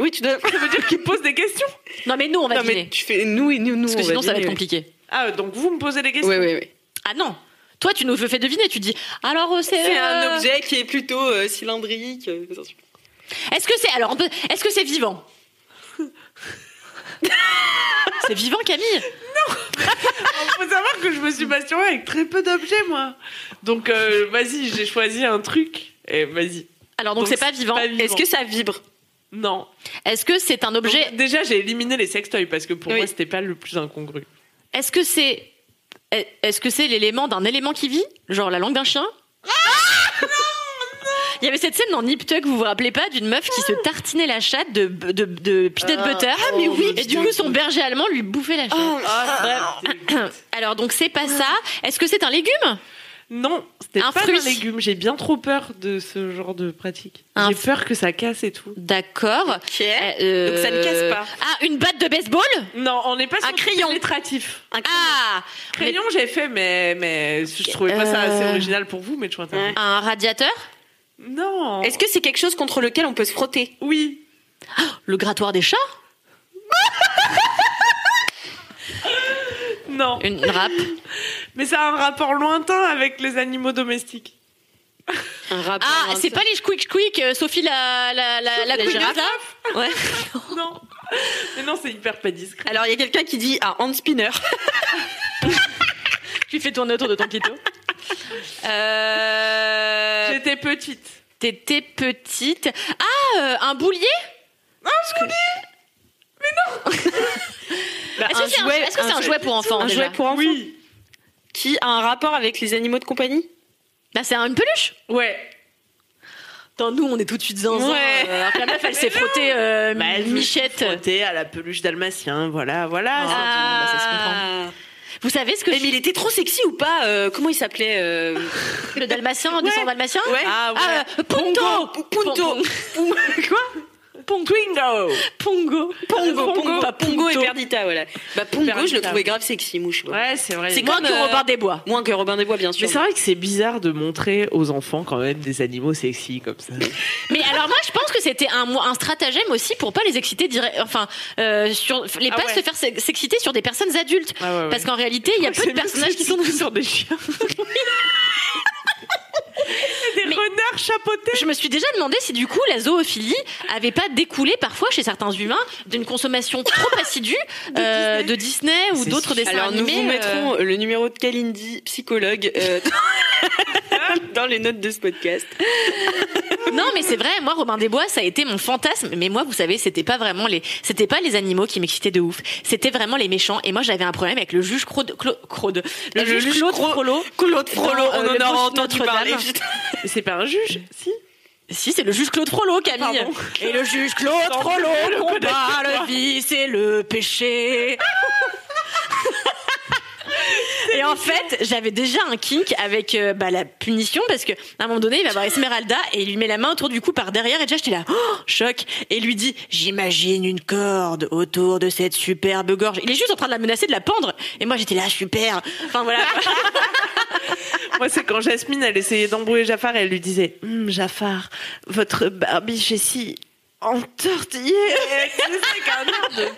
Oui, hein, tu dois. Ça veut dire qu'ils posent des questions. Non, mais nous, on va Non, mais deviner. tu fais nous et nous, nous. Parce que sinon, ça va être compliqué. Ah, donc vous me posez des questions Oui, oui, oui. Ah non Toi, tu nous le fais deviner. Tu dis, alors, euh, c'est. C'est euh, un objet qui est plutôt euh, cylindrique. euh, Est-ce que c'est. Alors, on peut- est-ce que c'est vivant C'est vivant, Camille Faut savoir que je me suis masturbée avec très peu d'objets, moi. Donc, euh, vas-y, j'ai choisi un truc. Et vas-y. Alors, donc, Donc, c'est pas c'est vivant. pas vivant. Est-ce que ça vibre Non. Est-ce que c'est un Donc, objet. déjà, j'ai éliminé les sextoys parce que pour Oui. moi, c'était pas le plus incongru. Est-ce que c'est. Est-ce que c'est l'élément d'un élément qui vit Genre la langue d'un chien il y avait cette scène dans Nip Tuck, vous vous rappelez pas, d'une meuf qui se tartinait la chatte de, de, de peanut butter. Ah, mais oui Et du coup, son berger allemand lui bouffait la chatte. Ah, [COUGHS] Alors, donc, c'est pas ça. Est-ce que c'est un légume [COUGHS] non, c'était Un pas fruit. un légume. J'ai bien trop peur de ce genre de pratique. Un J'ai peur que ça casse et tout. D'accord. Ok. Euh, Donc, ça ne casse pas. Ah, une batte de baseball Non, on n'est pas sur Un du crayon. pénétratif. Ah Crayon, j'ai fait, mais, mais je trouvais pas ça assez Euh. original pour vous, mais je vois Ouais. Un radiateur Non. Est-ce que c'est quelque chose contre lequel on peut se frotter Oui. Le grattoir des chats Non. Une [COUGHS] râpe Mais ça a un rapport lointain avec les animaux domestiques. Un rap. Ah, c'est pas les quick quick Sophie la la la, la, La couineuse, girafe. là Ouais. Non. Mais non, c'est hyper pas discret. Alors, il y a quelqu'un qui dit un hand spinner. Tu fais tourner autour de ton pitot. [LAUGHS] Euh, J'étais petite. T'étais petite. Ah, euh, un boulier Est-ce que c'est un, est-ce que c'est un jouet pour enfants Bah, Un déjà jouet pour enfants Oui. qui a un rapport avec les animaux de compagnie Bah, c'est une peluche Ouais. Attends, nous, on est tout de suite zinzin. Ouais. euh, alors que la meuf, [LAUGHS] elle s'est frottée euh, Michette. T'es à la peluche dalmatien, voilà, voilà. Ah. bah, C'est- Vous savez ce que Eh, mais il était trop sexy ou pas euh, Comment il s'appelait euh, le dalmatien, du sang dalmatien Ouais. Ah, ouais. Ah, euh, Punto Pongo, Punto. Twingo. Pongo Pongo, Pongo. Pongo, pas Pongo et Punto. Perdita, voilà. Bah Pongo, je Perdita. le trouvais grave sexy, mouche. ouais. Ouais, c'est vrai. C'est Moins comme, que euh, Robin des Bois. Moins que Robin des Bois, bien Mais sûr. c'est vrai que c'est bizarre de montrer aux enfants quand même des animaux sexy comme ça. Mais alors moi je pense que c'était un, mo- un stratagème aussi pour pas les exciter direct, enfin euh, sur les Ah pas ouais. se faire se- s'exciter sur des personnes adultes Ah ouais, ouais. parce qu'en réalité il y a peu de personnages qui sont sur des chiens. [LAUGHS] des Mais- renards chapeautés. je me suis déjà demandé si du coup la zoophilie avait pas découlé parfois chez certains humains d'une consommation trop assidue euh, de, Disney. ou C'est d'autres sûr. dessins Alors, nous animés. vous euh, mettrons le numéro de Kalindi, psychologue, [LAUGHS] euh, dans les notes de ce podcast. Non, mais c'est vrai. Moi, Robin des Bois, ça a été mon fantasme. Mais moi, vous savez, c'était pas vraiment les, c'était pas les animaux qui m'excitaient de ouf. C'était vraiment les méchants. Et moi, j'avais un problème avec le juge Crode, Clo- Crode. le, juge, Claude Frollo. Claude Frollo, Euh, Ah, on en aura entendu parler, C'est pas un juge, si Si, c'est le juge Claude Frollo, Camille. Pardon. Et le juge Claude Tant Frollo mieux, le combat connais-tu le vice et [LAUGHS] le péché. Et en fait, j'avais déjà un kink avec euh, bah, la punition parce que à un moment donné, il va voir Esmeralda et il lui met la main autour du cou par derrière et déjà j'étais là, Oh, choc, et il lui dit "J'imagine une corde autour de cette superbe gorge." Il est juste en train de la menacer de la pendre et moi j'étais là, super. Enfin voilà. Moi, c'est quand Jasmine, elle essayait d'embrouiller Jafar et elle lui disait Hum, Jafar, votre barbiche est si entortillée. Et elle disait ça avec un air de pute.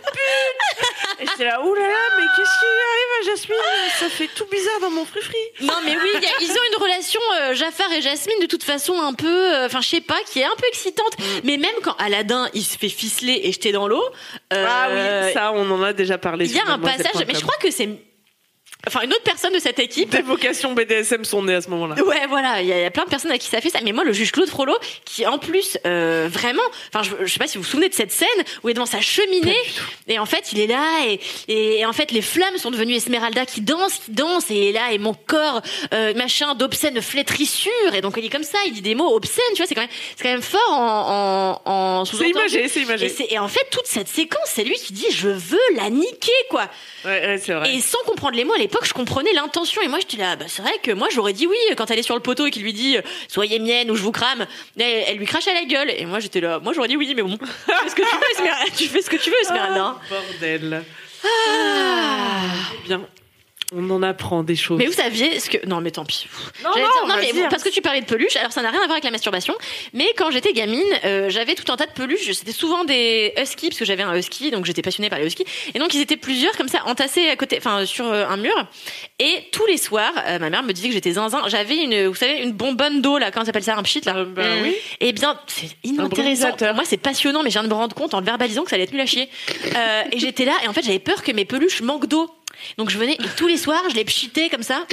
Et j'étais là, oulala, mais qu'est-ce qui lui arrive à Jasmine Ça fait tout bizarre dans mon frifri. Non mais oui, il y a- ils ont une relation euh, Jafar et Jasmine de toute façon un peu, euh, enfin je sais pas, qui est un peu excitante. Mm. Mais même quand Aladdin il se fait ficeler et jeter dans l'eau, euh, ah oui, ça, on en a déjà parlé. il y a un passage. Mais je crois que c'est, enfin une autre personne de cette équipe. Des vocations BDSM sont nées à ce moment-là. Ouais, voilà, il y, a- il y a plein de personnes à qui ça fait ça. Mais moi, le juge Claude Frollo, qui en plus, euh, vraiment, enfin, je, je sais pas si vous vous souvenez de cette scène où il est devant sa cheminée et en fait, il est là et, et, et en fait, les flammes sont devenues Esmeralda qui danse, qui danse et là, et mon corps, euh, machin, d'obscène flétrissure. Et donc, il est comme ça, il dit des mots obscènes, tu vois, c'est quand même, c'est quand même fort en, en, en C'est sous-entendu. imagé, c'est Et, imagé. c'est- et en fait, toute cette séquence, c'est lui qui dit je veux la niquer, quoi. Ouais, ouais, c'est vrai. Et sans comprendre les mots, à l'époque, je comprenais l'intention. Et moi, j'étais là, bah, c'est vrai que moi, j'aurais dit oui quand elle est sur le poteau et qu'il lui dit euh, soyez mienne ou je vous crame. Elle, elle lui crache à la gueule. Et moi, j'étais là, moi, j'aurais dit oui, mais bon. [LAUGHS] Tu fais ce que tu veux, Esmeralda. Tu fais ce que tu veux, Esmeralda. Bordel. Ah. Bien. On en apprend des choses. Mais vous saviez ce que non mais tant pis. Non, J'allais non, dire, mais vas-y, bon, hein. parce que tu parlais de peluches, alors ça n'a rien à voir avec la masturbation. Mais quand j'étais gamine, euh, j'avais tout un tas de peluches. C'était souvent des huskies parce que j'avais un husky, donc j'étais passionnée par les huskies. Et donc ils étaient plusieurs comme ça entassés à côté, enfin sur euh, un mur. Et tous les soirs, euh, ma mère me disait que j'étais zinzin. J'avais une, vous savez, une bonbonne d'eau là, comment ça s'appelle ça, un pchit là. Euh, bah oui. Eh bien, c'est inintéressant. brumisateur. Moi, c'est passionnant, mais je viens de me rendre compte en le verbalisant que ça allait être nul à chier. Euh, et j'étais là, et en fait, j'avais peur que mes peluches manquent d'eau. Donc je venais, et tous les soirs, je les pchitais comme ça,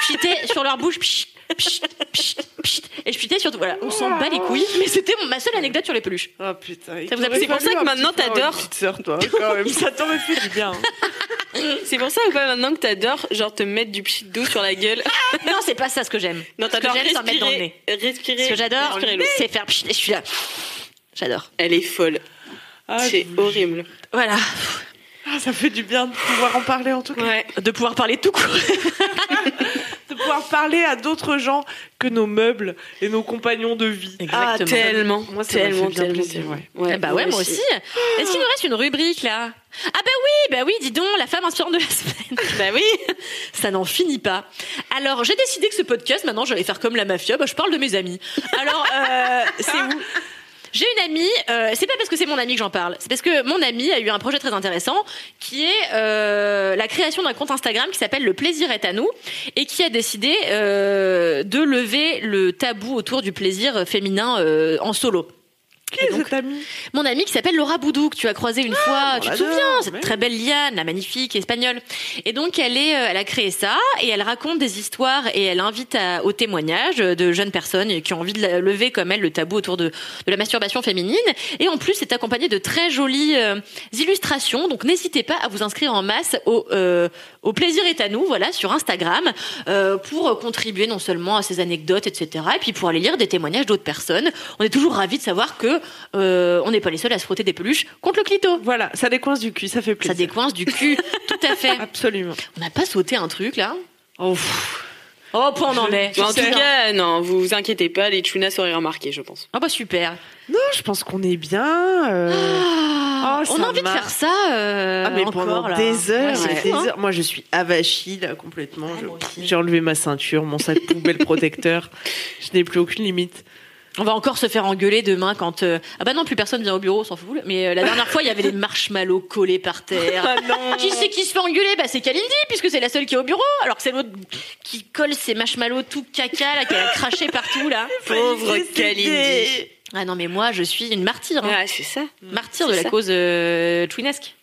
pchitais sur leur bouche, pchit, pchit, pchit, pchit, et je pchitais surtout. Voilà, on s'en bat les couilles, mais c'était mon- ma seule anecdote sur les peluches. Ah putain. Ça vous a- c'est pour ça que maintenant, t'adores. Petite sœur, [LAUGHS] toi. Quand même, Ah, ça t'aurait fait du bien. C'est pour ça ou pas maintenant que t'adores, genre te mettre du pchit d'eau sur la gueule. Non, c'est pas ça ce que j'aime. Non, Ce que t'adores j'aime, c'est en mettre dans le nez. respirer. Respirer. Ce que j'adore, respirer l'eau. c'est faire pchit, et je suis là. J'adore. Elle est folle. Ah, hein. C'est horrible. Voilà, ah, ça fait du bien de pouvoir en parler en tout cas. Ouais. de pouvoir parler tout court. De pouvoir parler à d'autres gens que nos meubles et nos compagnons de vie. Ah, Exactement. tellement. Moi, ça m'a tellement, fait bien tellement, plaisir, tellement. ouais. Eh bah ouais, moi aussi. Est-ce qu'il nous reste une rubrique là Ah bah oui, bah oui, dis donc, la femme inspirante de la semaine. [LAUGHS] bah oui, ça n'en finit pas. Alors j'ai décidé que ce podcast, maintenant, j'allais faire comme la mafia. Bah, je parle de mes amis. Alors [LAUGHS] euh, c'est où j'ai une amie, euh, c'est pas parce que c'est mon amie que j'en parle, c'est parce que mon amie a eu un projet très intéressant qui est euh, la création d'un compte Instagram qui s'appelle Le plaisir est à nous et qui a décidé euh, de lever le tabou autour du plaisir féminin euh, en solo. Qui est cet ami Mon amie qui s'appelle Laura Boudou, que tu as croisée une fois, tu te Ah, l'adore, souviens, cette mais très belle liane, la magnifique espagnole. Et donc, elle, est, euh, elle a créé ça, et elle raconte des histoires, et elle invite à- au témoignage euh, de jeunes personnes qui ont envie de la- lever, comme elle, le tabou autour de, de la masturbation féminine. Et en plus, c'est accompagné de très jolies euh, illustrations, donc n'hésitez pas à vous inscrire en masse au, euh, au plaisir est à nous, voilà, sur Instagram, euh, pour contribuer non seulement à ces anecdotes, etc., et puis pour aller lire des témoignages d'autres personnes. On est toujours ravis de savoir que euh, on n'est pas les seuls à se frotter des peluches contre le clito. Voilà, ça décoince du cul, ça fait Ça plaisir. décoince du cul, [LAUGHS] tout [LAUGHS] à fait. Absolument. On n'a pas sauté un truc là Oh, pff. Oh, point on en est. Mais en Tu sais. tout cas, non, vous vous inquiétez pas, les Chunas auraient remarqué, je pense. Ah bah super. non, je pense qu'on est bien. euh, Ah, Oh, ça on a envie de m'a- faire ça euh, Ah, mais encore pendant là. des heures, Ouais, c'est et fou, des hein. heures. Moi, je suis avachie, là, complètement. Ah, Je- moi aussi. J'ai enlevé ma ceinture, mon sac [LAUGHS] poubelle protecteur. Je n'ai plus aucune limite. On va encore se faire engueuler demain quand euh, ah bah non plus personne vient au bureau, on s'en fout. Mais euh, la dernière fois il y avait des marshmallows collés par terre. [LAUGHS] Ah non Qui c'est qui se fait engueuler Bah c'est Kalindi, puisque c'est la seule qui est au bureau, alors que c'est l'autre qui colle ses marshmallows tout caca, là, qu'elle a craché partout, là. Pauvre Kalindi. Ah non, mais moi, je suis une martyre, hein. Ah, c'est ça. martyre de c'est la ça. cause euh, twinesque.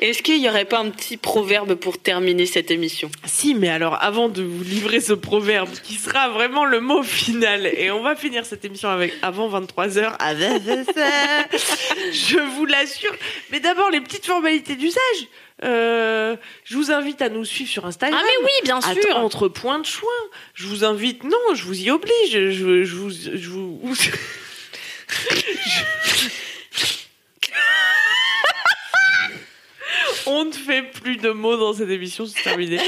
Est-ce qu'il y aurait pas un petit proverbe pour terminer cette émission Si, mais alors avant de vous livrer ce proverbe qui sera vraiment le mot final, et on va finir cette émission avec avant ah, 23h, avec ça, bah, [LAUGHS] je vous l'assure. Mais d'abord, les petites formalités d'usage. Euh, je vous invite à nous suivre sur Instagram. Ah mais oui, bien sûr Attends, entre points de choin. Je vous invite, non, je vous y oblige. Je, je vous. Je vous... [LAUGHS] Je- On ne fait plus de mots dans cette émission, c'est terminé.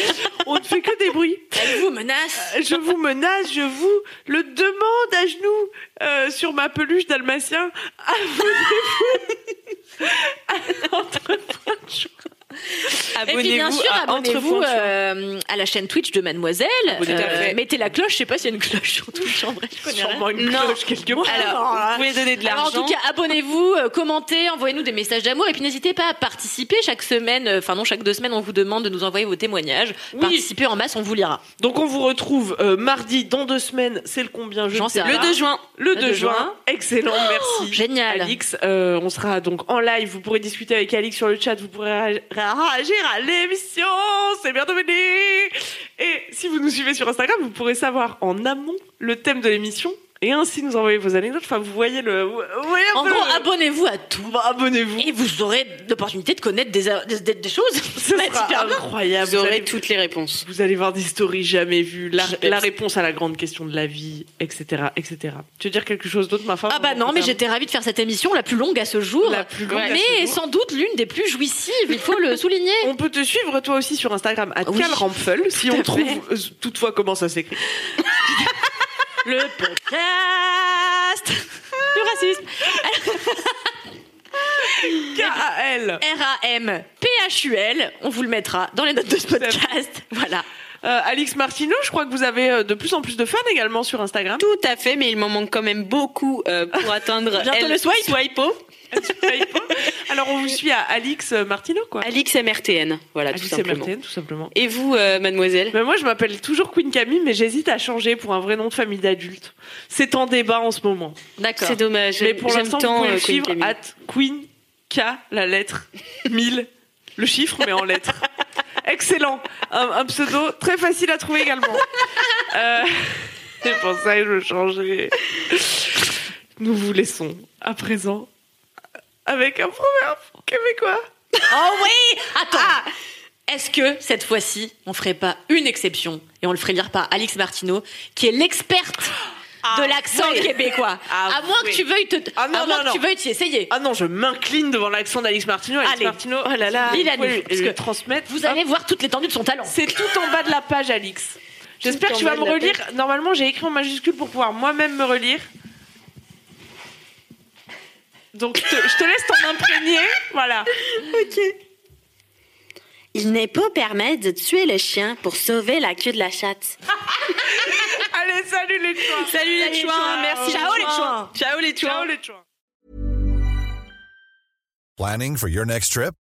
On ne fait que des bruits. Elle vous menace Je vous menace, je vous le demande à genoux euh, sur ma peluche dalmatien. Abonnez-vous à entre points de choix. Et puis bien sûr, Euh, à Entre abonnez-vous Points de Choix. euh, à la chaîne Twitch de Mademoiselle. Abonnez-vous. Euh, mettez la cloche, je sais pas s'il y a une cloche [LAUGHS] sur Twitch, en vrai, je connais rien. Sûrement une Non. cloche quelque part. Alors, vous pouvez donner de Alors, en l'argent. tout cas, abonnez-vous, euh, commentez, envoyez-nous des messages d'amour et puis n'hésitez pas à participer chaque semaine, euh, enfin non, chaque deux semaines, on vous demande de nous envoyer vos témoignages. Participez en masse, on vous lira. Donc on vous retrouve euh, mardi dans deux semaines, c'est le combien je J'en ne sais sais pas. rien. Le 2 juin. Le 2 2 juin. juin. Oh, Excellent, merci. génial. Alix, Euh, on sera donc en live, vous pourrez discuter avec Alix sur le chat, vous pourrez réa- réagir à l'émission, c'est bien devenu. Et si vous nous suivez sur Instagram, vous pourrez savoir en amont le thème de l'émission et ainsi nous envoyer vos anecdotes. Enfin, vous voyez le... vous voyez un En peu gros, le- abonnez-vous à tout. Bah, [LAUGHS] abonnez-vous. Et vous aurez l'opportunité de connaître des, euh, des, des- des choses. [LAUGHS] Ce va être sera Bah, super bien. incroyable. Vous aurez allez- toutes les réponses. Vous allez voir des stories jamais vues, la, Chipex. la réponse à la grande question de la vie, etc., etc. Tu veux dire quelque chose d'autre, ma femme Ah bah non, mais j'étais ravie de faire cette émission la plus longue à ce jour. La plus longue à ce mais jour. sans doute l'une des plus jouissives, il faut [LAUGHS] le souligner. On peut te suivre toi aussi sur Instagram à Oui. Calrampfel, si à on fait. trouve euh, toutefois comment ça s'écrit. Le podcast du racisme. K-A-L. R-A-M-P-H-U-L. On vous le mettra dans les notes de ce podcast. Voilà. Euh, Alix Martineau, je crois que vous avez euh, de plus en plus de fans également sur Instagram. Tout à fait, mais il m'en manque quand même beaucoup [LAUGHS] euh, pour atteindre Bientôt El le swipe. Swipo. [LAUGHS] Alors on vous suit à Alix euh, Martineau, quoi. Alix MRTN, voilà, Alix tout simplement. MRTN, tout simplement. Et vous, euh, mademoiselle Ben, moi, je m'appelle toujours Queen Camille, mais j'hésite à changer pour un vrai nom de famille d'adulte. C'est en débat en ce moment. D'accord. C'est dommage, Mais pour j'aime l'instant, vous tant pouvez euh, le Queen suivre Camille. at Queen K, la lettre [LAUGHS] 1000, le chiffre, mais en [LAUGHS] lettres. Excellent. Un, un pseudo très facile à trouver [LAUGHS] également. Euh, C'est pour ça que je veux changer. Nous vous laissons à présent avec un proverbe québécois. Oh oui Attends Ah, Est-ce que cette fois-ci, on ferait pas une exception et on le ferait lire par Alix Martineau, qui est l'experte de l'accent québécois Ah À moins oui. que tu veuilles te, Ah non, à moins non, que non. tu veuilles t'y essayer. Ah non, je m'incline devant l'accent d'Alix Martineau. Alix Allez. Martineau, oh là là, Dis-la vous pouvez nous, lui- parce lui que transmettre. Vous Hop. allez voir toute l'étendue de son talent. C'est tout en bas de la page, Alix. J'espère Tout que tu en vas bas me de la relire. Normalement, j'ai écrit en majuscule pour pouvoir moi-même me relire. Donc, je te, je te laisse t'en imprégner. Voilà. Il n'est pas permis de tuer le chien pour sauver la queue de la chatte. Allez, salut les chouins. Salut les chouins, merci. Ciao les chouins. Ciao les Ciao les chouins. Planning for your next trip?